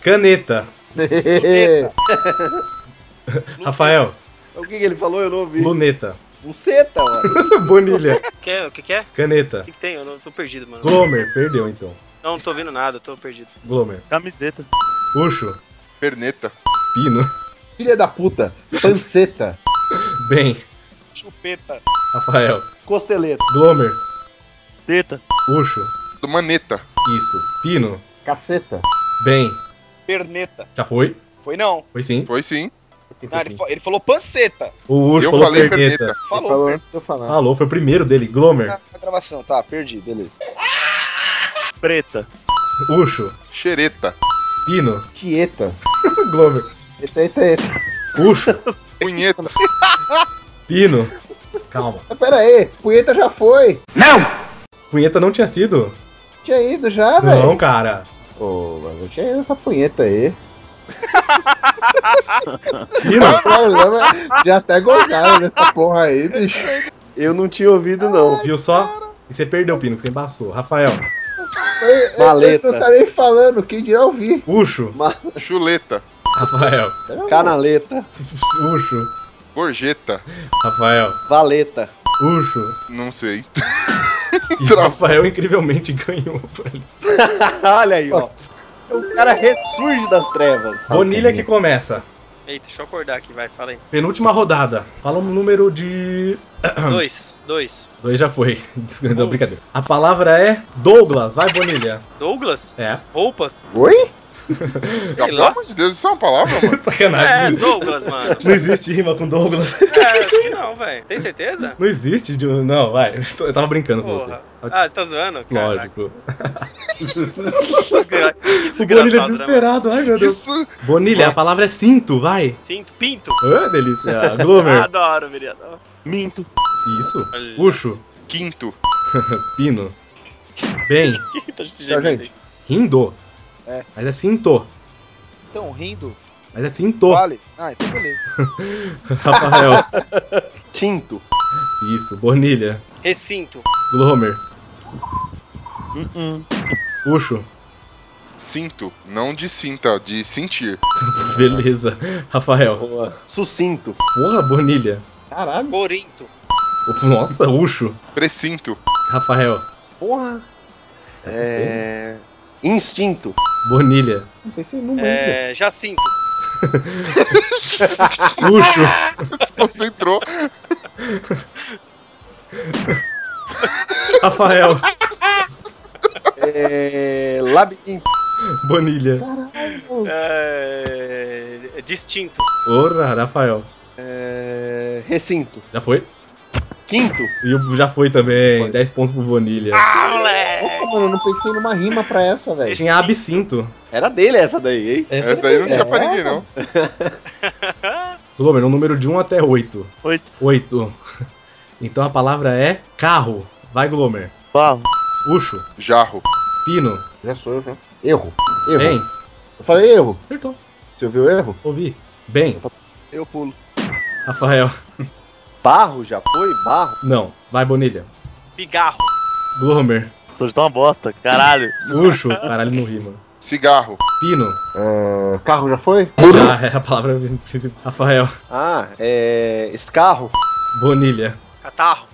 C: Caneta. Rafael,
D: O que, que ele falou? Eu não ouvi.
C: luneta.
D: Buceta, mano.
C: Bonilha.
E: Que- O que, que é? O
C: Caneta.
E: que, que tem? Eu não tô perdido, mano.
C: Glomer, perdeu então.
E: Não, não tô vendo nada, tô perdido.
C: Glomer.
H: Camiseta.
C: Ucho.
B: Perneta.
C: Pino.
K: Filha da puta. Panceta.
C: Bem,
F: Chupeta.
C: Rafael.
D: Costeleta.
C: Glomer.
H: Teta.
C: Ucho.
B: Maneta.
C: Isso. Pino.
K: Caceta.
C: Bem,
F: Perneta.
C: já foi?
F: Foi não.
C: Foi sim.
B: Foi sim.
F: Não, ele, fa- ele falou panceta.
C: O Ucho
B: Eu
C: falou
B: falei
C: perneta.
B: perneta.
F: Falou.
K: eu falar.
C: Falou, foi o primeiro dele. Glomer.
F: A gravação, tá, perdi, beleza.
H: Preta.
C: Ucho.
B: Xereta.
C: Pino.
K: Tieta.
C: Glomer.
K: Eta, eta, eta.
C: Ucho.
B: Punheta.
C: Pino. Calma.
K: Mas Pera aí. Punheta já foi.
C: Punheta não tinha sido?
K: Tinha ido já, Ah, velho.
C: Não, cara.
K: Ô, mas eu tinha ido essa punheta aí.
C: Pino.
K: O problema é- já até gostaram dessa porra aí, bicho.
D: Eu não tinha ouvido, não.
C: Viu só? E você perdeu, Pino, que você embaçou. Rafael.
K: Eu-
D: Maleta.
K: Eu não tá nem falando, quem dirá ouvir.
C: Ucho.
B: Chuleta.
C: Rafael.
D: Canaleta.
C: Ucho.
B: Gorjeta.
C: Rafael.
D: Valeta.
C: Ucho.
B: Não sei.
C: E o Rafael incrivelmente ganhou. velho.
D: Olha aí, ó. O cara ressurge das trevas.
C: Bonilha que começa.
E: Eita, deixa eu acordar aqui, vai, fala aí.
C: Penúltima rodada. Fala um número de.
E: Dois, dois.
C: Dois já foi. Desculpa,
D: Hum.
C: Não, brincadeira. A palavra é Douglas. Vai, Bonilha.
E: Douglas?
C: É.
E: Roupas?
K: Oi?
B: Ah, Pelo amor de Deus, isso é uma palavra, mano.
E: É,
C: Sacanagem.
E: Douglas, mano.
D: É.
C: Não existe rima com Douglas.
E: É, acho que não, velho. Tem certeza?
C: Não existe. de- um- Não, vai. Eu tô- Eu tava brincando com você.
E: Porra. Ah, você tá zoando? Caraca,
C: Lógico.
E: é
C: né,
E: que
C: O
E: desgraçado, né,
C: Bonilha é
E: mano?
C: desesperado. Ai, meu Deus.
B: Isso.
C: Bonilha, a palavra é cinto, vai.
E: Cinto, pinto.
C: Ah, delícia. Glomer.
E: Adoro, vereador.
H: Minto.
C: Isso.
E: Olha.
C: Puxo.
B: Quinto.
C: Pino. Bem.
E: Tá gemendo aí.
C: Rindo.
F: É.
C: Mas é cinto.
F: Então, rindo.
C: Mas é cinto.
F: Vale. Ah, então beleza.
C: Rafael.
K: Tinto.
C: Isso. Bonilha.
F: Recinto.
C: Glomer.
H: Uh-uh.
C: Puxo.
B: Cinto. Não de cinta, de sentir.
C: Beleza. Rafael.
K: Boa. Sucinto.
C: Porra, Bonilha.
K: Caralho.
F: Corinto.
C: Nossa, Ucho.
B: Precinto.
C: Rafael. Tá
K: Porra. É. Instinto.
C: Bonilha.
K: Não pensei numa. ainda.
E: É, Jacinto.
C: Ucho.
B: Concentrou.
C: Rafael.
D: É. Labirinto.
C: Bonilha.
E: É, distinto.
C: Ora, Rafael.
D: É. Recinto.
C: Já foi?
D: Quinto.
C: E o- já foi também. 10 pontos pro Bonilha.
E: Ah, moleque!
K: Nossa, mano, eu não pensei numa rima pra essa, velho.
C: Tinha absinto.
D: Era dele essa daí, hein?
C: Essa
B: Essa daí não tinha
K: É.
B: pra ninguém, não.
C: Glomer, no número de 1 até 8.
H: Oito.
C: 8. Então a palavra é carro. Vai, Glomer.
H: Barro.
C: Ucho.
B: Jarro.
C: Pino.
K: Já sou eu, já. Erro. Erro.
C: Bem.
K: Eu falei erro.
C: Acertou.
K: Você ouviu erro?
C: Ouvi. Bem.
F: Eu pulo.
C: Rafael.
D: Barro já foi? Barro?
C: Não. Vai, Bonilha.
E: Pigarro.
C: Glomer.
H: Sou tá uma bosta, caralho.
C: Ucho. Caralho, não rima.
B: Cigarro.
C: Pino.
K: Ah, carro já foi?
C: Já é a palavra principal. Rafael.
D: Ah, é. Escarro.
C: Bonilha.
E: Catarro.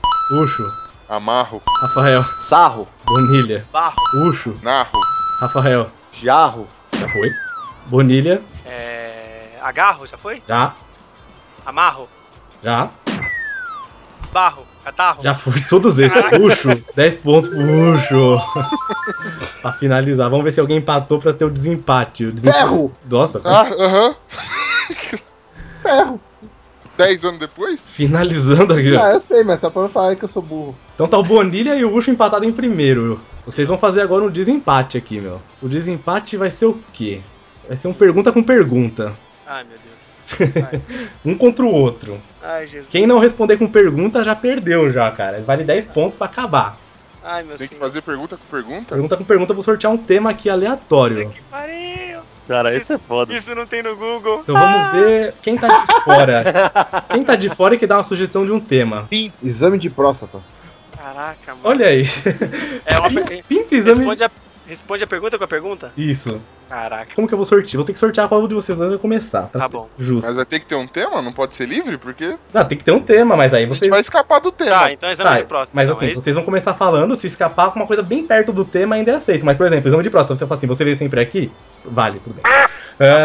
C: Ucho.
B: Amarro.
C: Rafael.
D: Sarro.
C: Bonilha.
E: Barro.
C: Ucho.
B: Narro.
C: Rafael.
D: Jarro.
C: Já foi. Bonilha.
E: É, agarro, já foi?
C: Já.
E: Amarro.
C: Já.
E: Esbarro. Catarro.
C: Já foi todos esses. Ucho. 10 pontos pro Ucho. pra finalizar. Vamos ver se alguém empatou pra ter o tá
K: Ah.
C: desempate. O desempate.
K: Ferro!
C: Nossa.
B: Ah, aham.
K: Ferro!
B: 10 anos depois?
C: Finalizando aqui, ó.
K: Ah, eu sei, mas só pra não falar que eu sou burro.
C: Então tá o Bonilha e o Ucho empatado em primeiro. Vocês vão fazer agora um desempate aqui, meu. O desempate vai ser o quê? Vai ser um pergunta com pergunta.
E: Ai, meu Deus. Ai.
C: um contra o outro.
E: Ai, Jesus.
C: Quem não responder com pergunta já perdeu já, cara. Vale 10 pontos pra acabar.
E: Ai,
K: Assim.
E: meu
B: Tem que fazer pergunta com pergunta?
C: Pergunta com pergunta, eu vou sortear um tema aqui aleatório.
E: Pariu.
H: Cara, isso é foda.
E: Isso não tem no Google.
C: Então vamos ver quem tá de fora. Quem tá de fora é que dá uma sugestão de um tema.
K: Exame de próstata.
E: Caraca, mano.
C: Olha aí.
E: É uma per-
C: Pinto exame.
E: Responde a, responde a pergunta com a pergunta?
C: Isso.
E: Caraca.
C: Como que eu vou sortear? Vou ter que sortear qual de vocês antes de eu começar. Tá, bom. Justo.
B: Mas vai ter que ter um tema? Não pode ser livre? Porque
C: Não, tem que ter um tema, mas aí vocês.
B: vai escapar do tema.
E: Tá, então exame
C: Tá,
E: de próstata.
C: Mas
E: então,
C: assim,
E: é isso?
C: vocês vão começar falando, se escapar com uma coisa bem perto do tema, ainda é aceito. Mas, por exemplo, exame de próstata, você fala assim, você vem sempre aqui? Vale, tudo bem. Ah,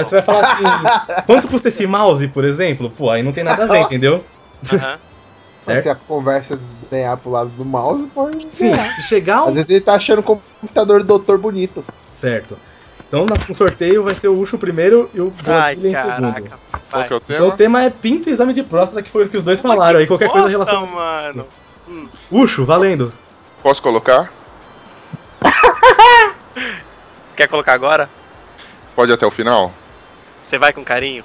C: você vai falar assim, quanto custa esse mouse, por exemplo? Pô, aí não tem nada a ver, entendeu?
K: Mas Se a conversa desenhar pro lado do mouse, pode.
C: Sim,
K: desenhar.
C: se chegar
K: Às
C: um...
K: vezes ele tá achando o computador do doutor bonito.
C: Certo. Então, nosso sorteio vai ser o Ucho primeiro e o
K: Ai,
C: Bonilha em
K: caraca,
C: segundo.
E: Qual que
B: é o
C: Então, o tema é pinto e exame de próstata, que foi o que os dois falaram aí. Qualquer coisa
E: Nossa,
C: relacionada.
E: mano. Hum.
C: Ucho, valendo.
B: Posso colocar?
E: Quer colocar agora?
B: Pode ir até o final?
E: Você vai com carinho?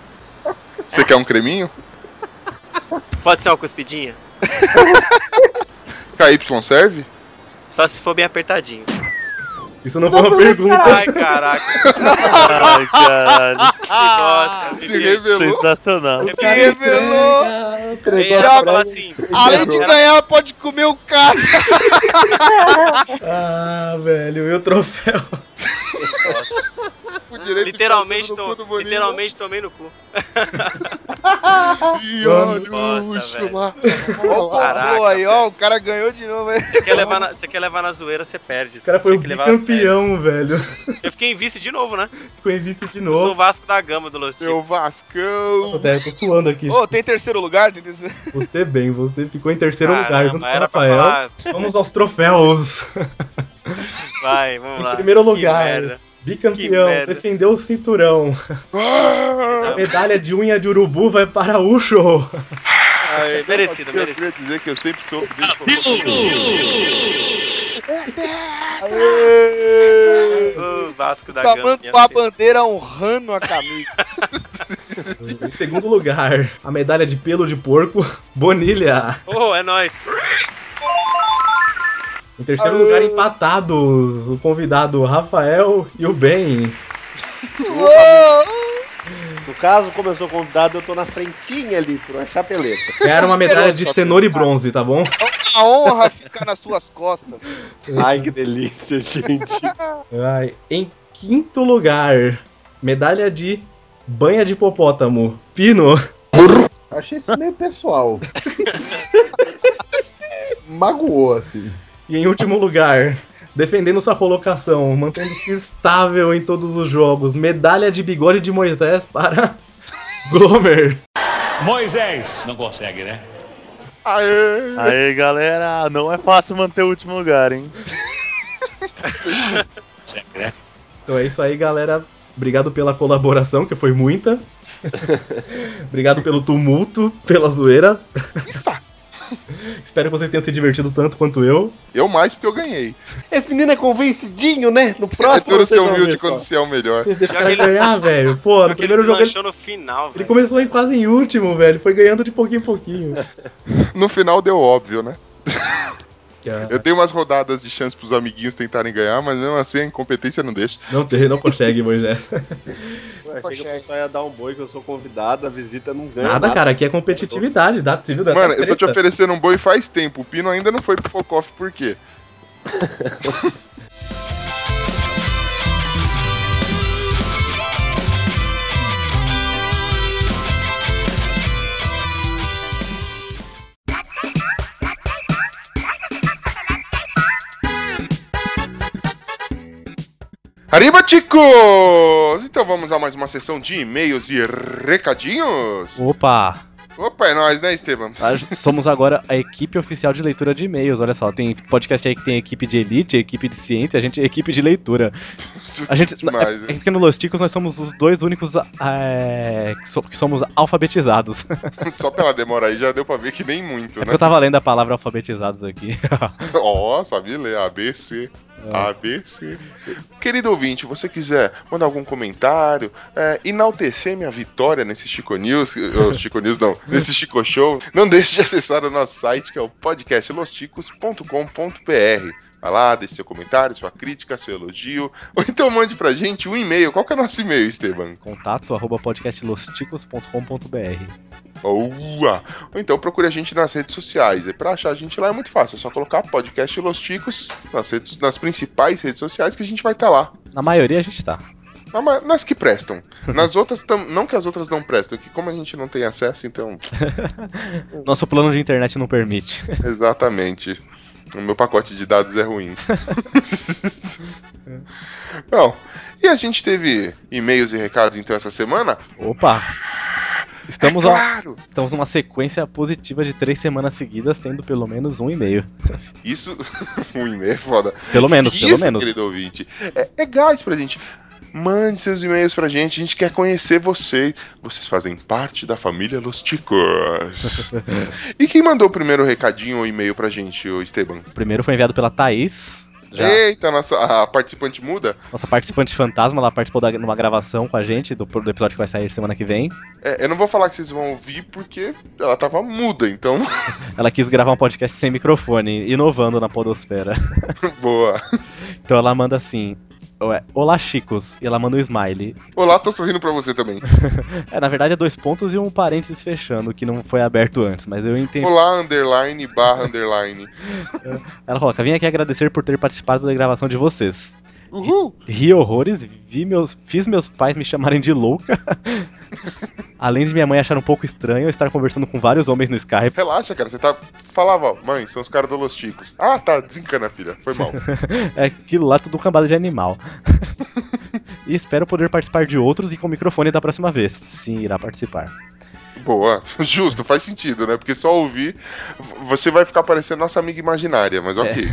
B: Você quer um creminho?
E: Pode ser uma cuspidinha?
B: KY serve?
E: Só se for bem apertadinho.
C: Isso não foi uma pergunta.
E: Ai, caraca.
H: Ai, caralho.
E: Ah, Nossa,
H: Se
D: é
H: revelou. Sensacional.
E: Se revelou. Eu ia falar assim.
F: Além de ganhar, pode comer o cara.
C: Ah, velho, e o troféu?
E: Literalmente, to- literalmente tomei no cu.
B: Ih, olha
E: Bosta,
B: o luxo
E: velho.
B: lá.
F: Pô,
E: Caraca.
F: aí, ó, o cara ganhou de novo, hein?
E: Você quer, levar na, você quer levar na zoeira, você perde.
C: O cara foi
E: Tinha
C: o
E: que levar a sério.
C: campeão, velho.
E: Eu fiquei em vice de novo, né?
C: Ficou em vice de
E: Eu sou o
C: novo.
E: Vasco da Gama do Los
B: Seu
E: Chicos.
B: Vascão.
C: Nossa, até tô suando aqui.
F: Ô, tem terceiro lugar? Tem terceiro...
C: Você bem, você ficou em terceiro
E: Caramba,
C: lugar junto com o
E: era pra
C: Rafael.
E: falar.
C: Vamos aos troféus.
E: Vai, vamos lá.
C: Primeiro
E: Que
C: lugar,
E: merda. Que
C: bicampeão,
E: merda. Ah.
C: defendeu o cinturão. A medalha de unha de urubu vai para o show.
E: Ai, merecido,
B: Eu
E: merecido.
B: queria dizer que eu sempre soube disso.
E: O Vasco da Gama.
F: Tamanho
E: minha
F: com a
E: filha.
F: bandeira honrando a camisa.
C: Em segundo lugar, a medalha de pelo de porco, Bonilha.
E: Oh, é nóis.
C: Tá Em terceiro
E: Ah.
C: lugar, empatados, o convidado Rafael e o Ben.
D: No caso, como eu sou convidado, eu tô na frentinha ali, por uma chapeleta.
C: Ganharam uma medalha de cenoura e bronze, tá bom?
F: A honra fica nas suas costas.
D: Ai, que delícia, gente.
C: Ai, em quinto lugar, medalha de banha de hipopótamo, Pino.
K: Achei isso meio pessoal. Magoou, assim.
C: E em último lugar, defendendo sua colocação, mantendo-se estável em todos os jogos, medalha de bigode de Moisés para Glomer.
M: Moisés! Não consegue, né?
B: Aê!
H: Aí, galera, não é fácil manter o último lugar, hein?
C: Então é isso aí, galera. Obrigado pela colaboração, que foi muita. Obrigado pelo tumulto, pela zoeira. Espero que vocês tenham se divertido tanto quanto eu.
B: Eu mais porque eu ganhei.
D: Esse menino é convencidinho, né? No
B: É
D: próximo.
B: duro ser
D: vocês vão
B: humilde
D: ver só.
B: quando você é o melhor.
C: Vocês deixaram
E: Pior
C: ele
E: que ele-
C: ganhar, ah, velho. Pô, no
E: Porque ele
C: primeiro jogo ele,
E: deslanchou no final,
C: ele
E: velho.
C: começou em quase em último, velho. Foi ganhando de pouquinho em pouquinho.
B: No final deu óbvio, né?
C: Cara,
B: Eu tenho umas rodadas de chance pros amiguinhos tentarem ganhar, mas mesmo assim a incompetência não deixa.
C: Não, tem- não consegue, Moisés.
D: Eu achei que o pessoal ia dar um boi, que eu sou convidado, a visita não ganha.
C: Nada, cara, aqui é competitividade. Dá, você viu? Dá
B: Mano,
C: até
B: eu tô te
C: Tá treta.
B: oferecendo um boi faz tempo. O Pino ainda não foi pro Focoff, por quê? Arriba, chicos! Então vamos a mais uma sessão de e-mails e recadinhos.
C: Opa!
B: Opa, é nóis, né, Esteban?
C: Nós somos agora a equipe oficial de leitura de e-mails. Olha só, tem podcast aí que tem equipe de elite, equipe de ciência, a gente é equipe de leitura. A gente.
B: Demais,
C: é, é porque no Los Ticos nós somos os dois únicos ah, é, que, so- que somos alfabetizados.
B: Só pela demora aí já deu pra ver que nem muito,
C: É
B: né?
C: porque eu tava lendo a palavra alfabetizados aqui.
B: Ó, sabia ler ABC.
C: É.
B: ABC. Querido ouvinte, você quiser mandar algum comentário, é, enaltecer minha vitória nesse Chico News, ô, Chico News não, nesse Chico Show, não deixe de acessar o nosso site que é o podcastlosticos.com.br. Vai lá, deixe seu comentário, sua crítica, seu elogio, ou então mande pra gente um e-mail. Qual que é o nosso e-mail, Esteban?
C: Contato arroba podcastlosticos.com.br.
B: Boa! Ou então procure a gente nas redes sociais. E pra achar a gente lá é muito fácil, é só colocar podcast Los Ticos nas, redes- nas principais redes sociais que a gente vai estar lá.
C: Na maioria a gente tá.
B: Na ma- Nas que prestam. Nas outras, tam- não que as outras não prestam, que como a gente não tem acesso, então.
C: Nosso plano de internet não permite.
B: Exatamente. O meu pacote de dados é ruim. Bom, e a gente teve e-mails e recados então essa semana?
C: Opa! Estamos,
B: É
C: a-
B: claro.
C: estamos numa sequência positiva de três semanas seguidas, tendo pelo menos um e-mail.
B: Isso. um e-mail é foda.
C: Pelo menos,
B: Isso,
C: pelo menos.
B: Querido ouvinte. É, é gás pra gente. Mande seus e-mails pra gente, a gente quer conhecer vocês. Vocês fazem parte da família Los Ticos. e quem mandou o primeiro recadinho ou e-mail pra gente, o Esteban?
C: O primeiro foi enviado pela Thaís. Já-
B: Eita, nossa, a participante muda?
C: Nossa participante fantasma, ela participou de uma gravação com a gente do, do episódio que vai sair semana que vem.
B: É, eu não vou falar que vocês vão ouvir porque ela tava muda, então.
C: Ela quis gravar um podcast sem microfone, inovando na podosfera.
B: Boa.
C: Então ela manda assim: ué, Olá, Chicos. E ela manda um smile.
B: Olá, tô sorrindo pra você também.
C: É, na verdade é dois pontos e um parênteses fechando, que não foi aberto antes, mas eu entendi.
B: Olá, underline, barra, underline.
C: Ela coloca: Vim aqui agradecer por ter participado da gravação de vocês.
B: Uhul!
C: Ri horrores, vi meus, fiz meus pais me chamarem de louca. Além de minha mãe achar um pouco estranho eu estar conversando com vários homens no Skype.
B: Relaxa, cara, você tá. Falava, ó, mãe, são os caras do Los Ticos. Ah, tá, desencana, filha, foi mal.
C: é aquilo lá tudo cambada de animal. e espero poder participar de outros e com o microfone da próxima vez. Sim, irá participar.
B: Boa, justo, faz sentido, né? Porque só ouvir, v- você vai ficar parecendo nossa amiga imaginária, mas ok.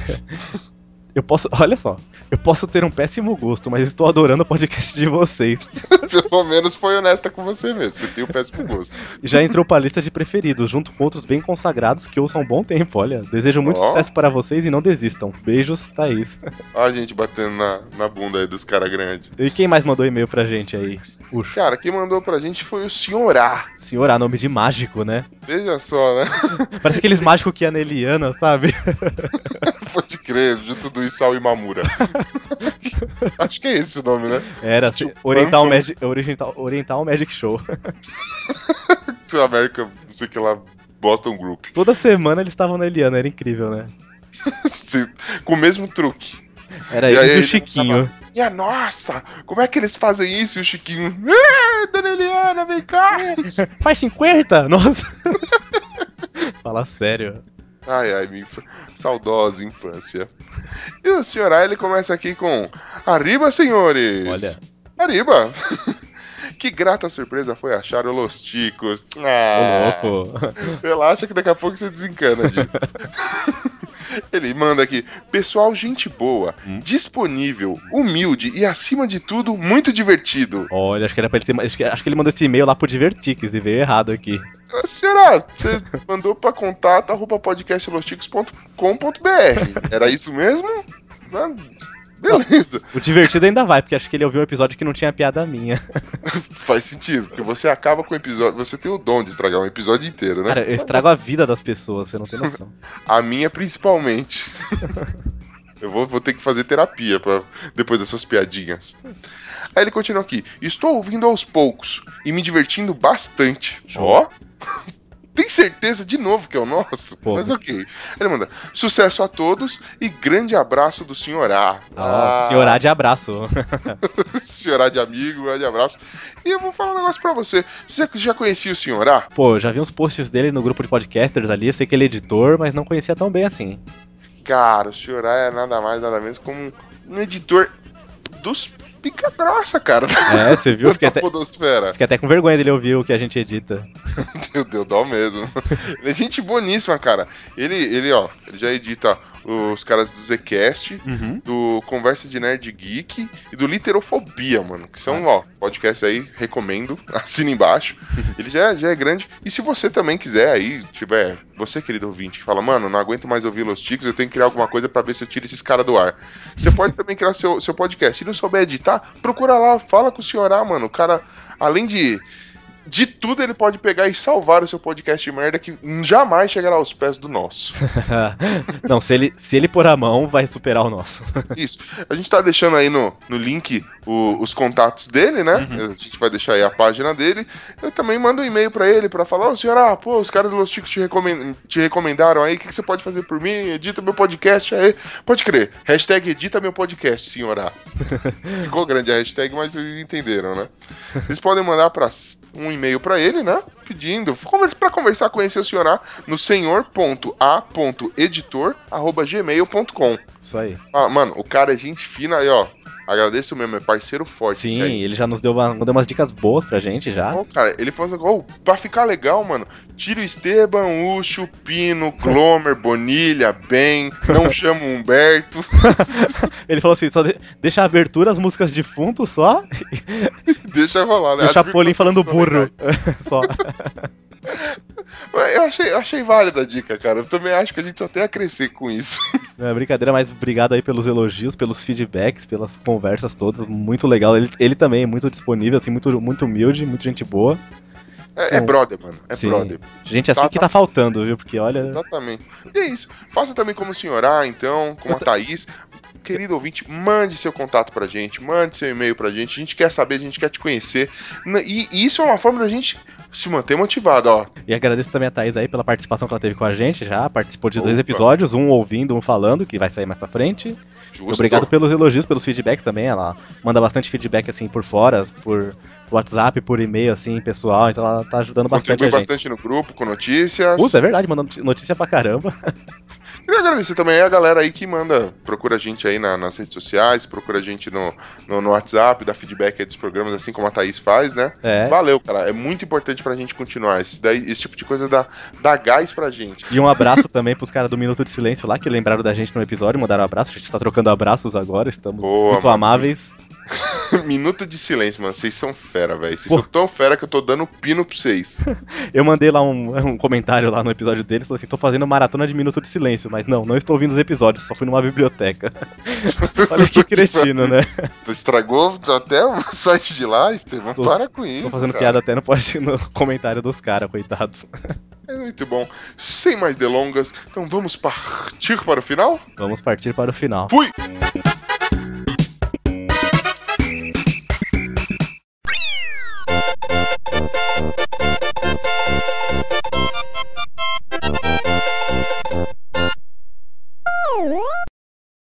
C: Eu posso, olha só, eu posso ter um péssimo gosto, mas estou adorando o podcast de vocês.
B: Pelo menos foi honesta com você mesmo, você tem o péssimo gosto.
C: E Já entrou pra lista de preferidos, junto com outros bem consagrados que ouçam um bom tempo, olha. Desejo muito
B: Ó.
C: sucesso para vocês e não desistam. Beijos, Thaís.
B: Olha a gente batendo na, na bunda aí dos caras grandes.
C: E quem mais mandou e-mail pra gente aí? O
B: Cara, quem mandou pra gente foi o senhor A.
C: senhor, ah, nome de mágico, né?
B: Veja só, né?
C: Parece aqueles mágicos que é aneliana, sabe?
B: Pode crer, junto do Isao Imamura. Acho que é esse o nome, né?
C: Era, assim, Oriental, Magi- Oriental, Oriental Magic Show.
B: América, não sei o que lá, Boston Group.
C: Toda semana eles estavam na Eliana, era incrível, né?
B: Se- Com o mesmo truque.
C: Era
B: E
C: eles
B: aí
C: e o
B: ele
C: Chiquinho.
B: E a nossa, como é que eles fazem isso? E o Chiquinho, "Ah, dona Eliana, vem cá!
C: Faz 50? Nossa. Fala sério.
B: Ai, ai, minha infa- saudosa infância. E o senhor A, ele começa aqui com Arriba, senhores! Olha. Arriba! que grata surpresa foi achar o Los Ticos. Ah,
C: Ô, louco.
B: Relaxa que daqui a pouco você desencana disso. Ele manda aqui, pessoal, gente boa, disponível, humilde e, acima de tudo, muito divertido.
C: Olha, acho que era pra ele ter. Acho que, acho que ele mandou esse e-mail lá pro Divertix e veio errado aqui.
B: Ah, Senhora, você mandou pra contato arroba podcastlosticos.com.br. Era isso mesmo? Ah, Beleza.
C: O divertido ainda vai, porque acho que ele ouviu um episódio que não tinha piada minha.
B: Faz sentido, porque você acaba com o episódio. Você tem o dom de estragar um episódio inteiro, né?
C: Cara, eu estrago a vida das pessoas, você não tem noção.
B: A minha principalmente. Eu vou, vou ter que fazer terapia pra, depois das suas piadinhas. Aí ele continua aqui. Estou ouvindo aos poucos e me divertindo bastante. Ó. Tem certeza de novo que é o nosso? Mas ok. Ele manda: sucesso a todos e grande abraço do senhor A. Ah.
C: Ó, senhor A de abraço.
B: Senhor A de amigo, A de abraço. E eu vou falar um negócio pra você. Você já, já conhecia o senhor A?
C: Pô, eu já vi uns posts dele no grupo de podcasters ali, eu sei que ele é editor, mas não conhecia tão bem assim.
B: Cara, o senhor A é nada mais, nada menos como um editor dos pica grossa, cara.
C: É, você viu? Fiquei
B: Da
C: até,
B: podosfera.
C: fiquei até com vergonha dele ouvir o que a gente edita.
B: Meu Deus, dó mesmo. Ele é gente boníssima, cara. Ele, ele, ó, ele já edita os caras do Zcast,
C: Uhum.
B: do Conversa de Nerd Geek e do Literofobia, mano. Que são, ó, podcasts aí, recomendo. Assina embaixo. Ele já, já é grande. E se você também quiser aí, tiver, você, querido ouvinte, que fala, mano, não aguento mais ouvir Los Ticos, eu tenho que criar alguma coisa pra ver se eu tiro esses caras do ar. Você pode também criar seu, seu podcast. Se não souber editar, procura lá, fala com o senhor, ah, mano. O cara, além de de tudo ele pode pegar e salvar o seu podcast de merda que jamais chegará aos pés do nosso.
C: Não, se ele, se ele pôr a mão, vai superar o nosso.
B: Isso. A gente tá deixando aí no, no link o- os contatos dele, né? A gente vai deixar aí a página dele. Eu também mando um e-mail pra ele pra falar, ô senhor, ah, pô, os caras do Los Chicos te, recomen- te recomendaram aí, o que, que você pode fazer por mim? Edita meu podcast aí. Pode crer. Hashtag edita meu podcast, senhora. Ficou grande a hashtag, mas vocês entenderam, né? Vocês podem mandar pra, s- um e-mail pra ele, né? Pedindo conver- pra conversar, conhecer o senhor A no senhor.a.editor.gmail.com.
C: Isso aí.
B: Ah, mano, o cara é gente fina aí, ó. Agradeço mesmo, é parceiro forte.
C: Sim,
B: isso aí.
C: ele já nos deu, uma- deu umas dicas boas pra gente já.
B: Bom, cara, ele falou assim, "Ô, pra ficar legal, mano, tira o Esteban, o Chupino, Glomer, Bonilha, Ben, não chama o Humberto.
C: Ele falou assim: só de- deixa a abertura, as músicas de fundo só.
B: Deixa rolar, né?
C: E o
B: As
C: Chapolin falando burro. só.
B: Mas Eu achei, eu achei válida a dica, cara. Eu também acho que a gente só tem a crescer com isso.
C: Não é brincadeira, mas obrigado aí pelos elogios, pelos feedbacks, pelas conversas todas. Muito legal. Ele, ele também é muito disponível, assim, muito, muito humilde, muito gente boa.
B: É, é
C: São-
B: brother, mano. É
C: Sim.
B: brother.
C: Gente assim
B: Tá-
C: que tá faltando, viu? Porque olha.
B: Exatamente. E é isso. Faça também como o senhor A, então, como a Thaís. Querido ouvinte, mande seu contato pra gente, mande seu e-mail pra gente. A gente quer saber, a gente quer te conhecer. N- E e isso é uma forma da gente se manter motivado, ó.
C: E agradeço também a Thaís aí pela participação que ela teve com a gente já. Participou de dois episódios, um ouvindo, um falando, que vai sair mais pra frente.
B: Justo.
C: Obrigado pelos elogios, pelos feedbacks também. Ela manda bastante feedback assim por fora, por WhatsApp, por e-mail, assim, pessoal. Então ela tá ajudando bastante
B: Contribui
C: a gente.
B: bastante no grupo, com notícias.
C: Puta, é verdade, mandando noti- notícia pra caramba.
B: Queria agradecer também a galera aí que manda, procura a gente aí na- nas redes sociais, procura a gente no, no, no WhatsApp, dá feedback aí dos programas, assim como a Thaís faz, né?
C: É.
B: Valeu, cara. É muito importante pra gente continuar. Esse, daí, esse tipo de coisa dá, dá gás pra gente.
C: E um abraço também pros caras do Minuto de Silêncio lá, que lembraram da gente no episódio, mandaram um abraço. A gente tá trocando abraços agora, estamos muito
B: mano.
C: amáveis.
B: Minuto de silêncio, mano. Vocês são fera, velho. Vocês
C: Pô.
B: são tão fera que eu tô dando pino pra vocês.
C: Eu mandei lá um, um comentário lá no episódio deles, falou assim, tô fazendo maratona de Minuto de Silêncio, mas não, não estou ouvindo os episódios, só fui numa biblioteca. Olha que cretino, né?
B: Tu estragou até o site de lá, Estevão. Para com isso.
C: Tô fazendo
B: cara.
C: piada até no, post- no comentário dos caras, coitados.
B: É muito bom. Sem mais delongas, então vamos partir para o final?
C: Vamos partir para o final.
B: Fui!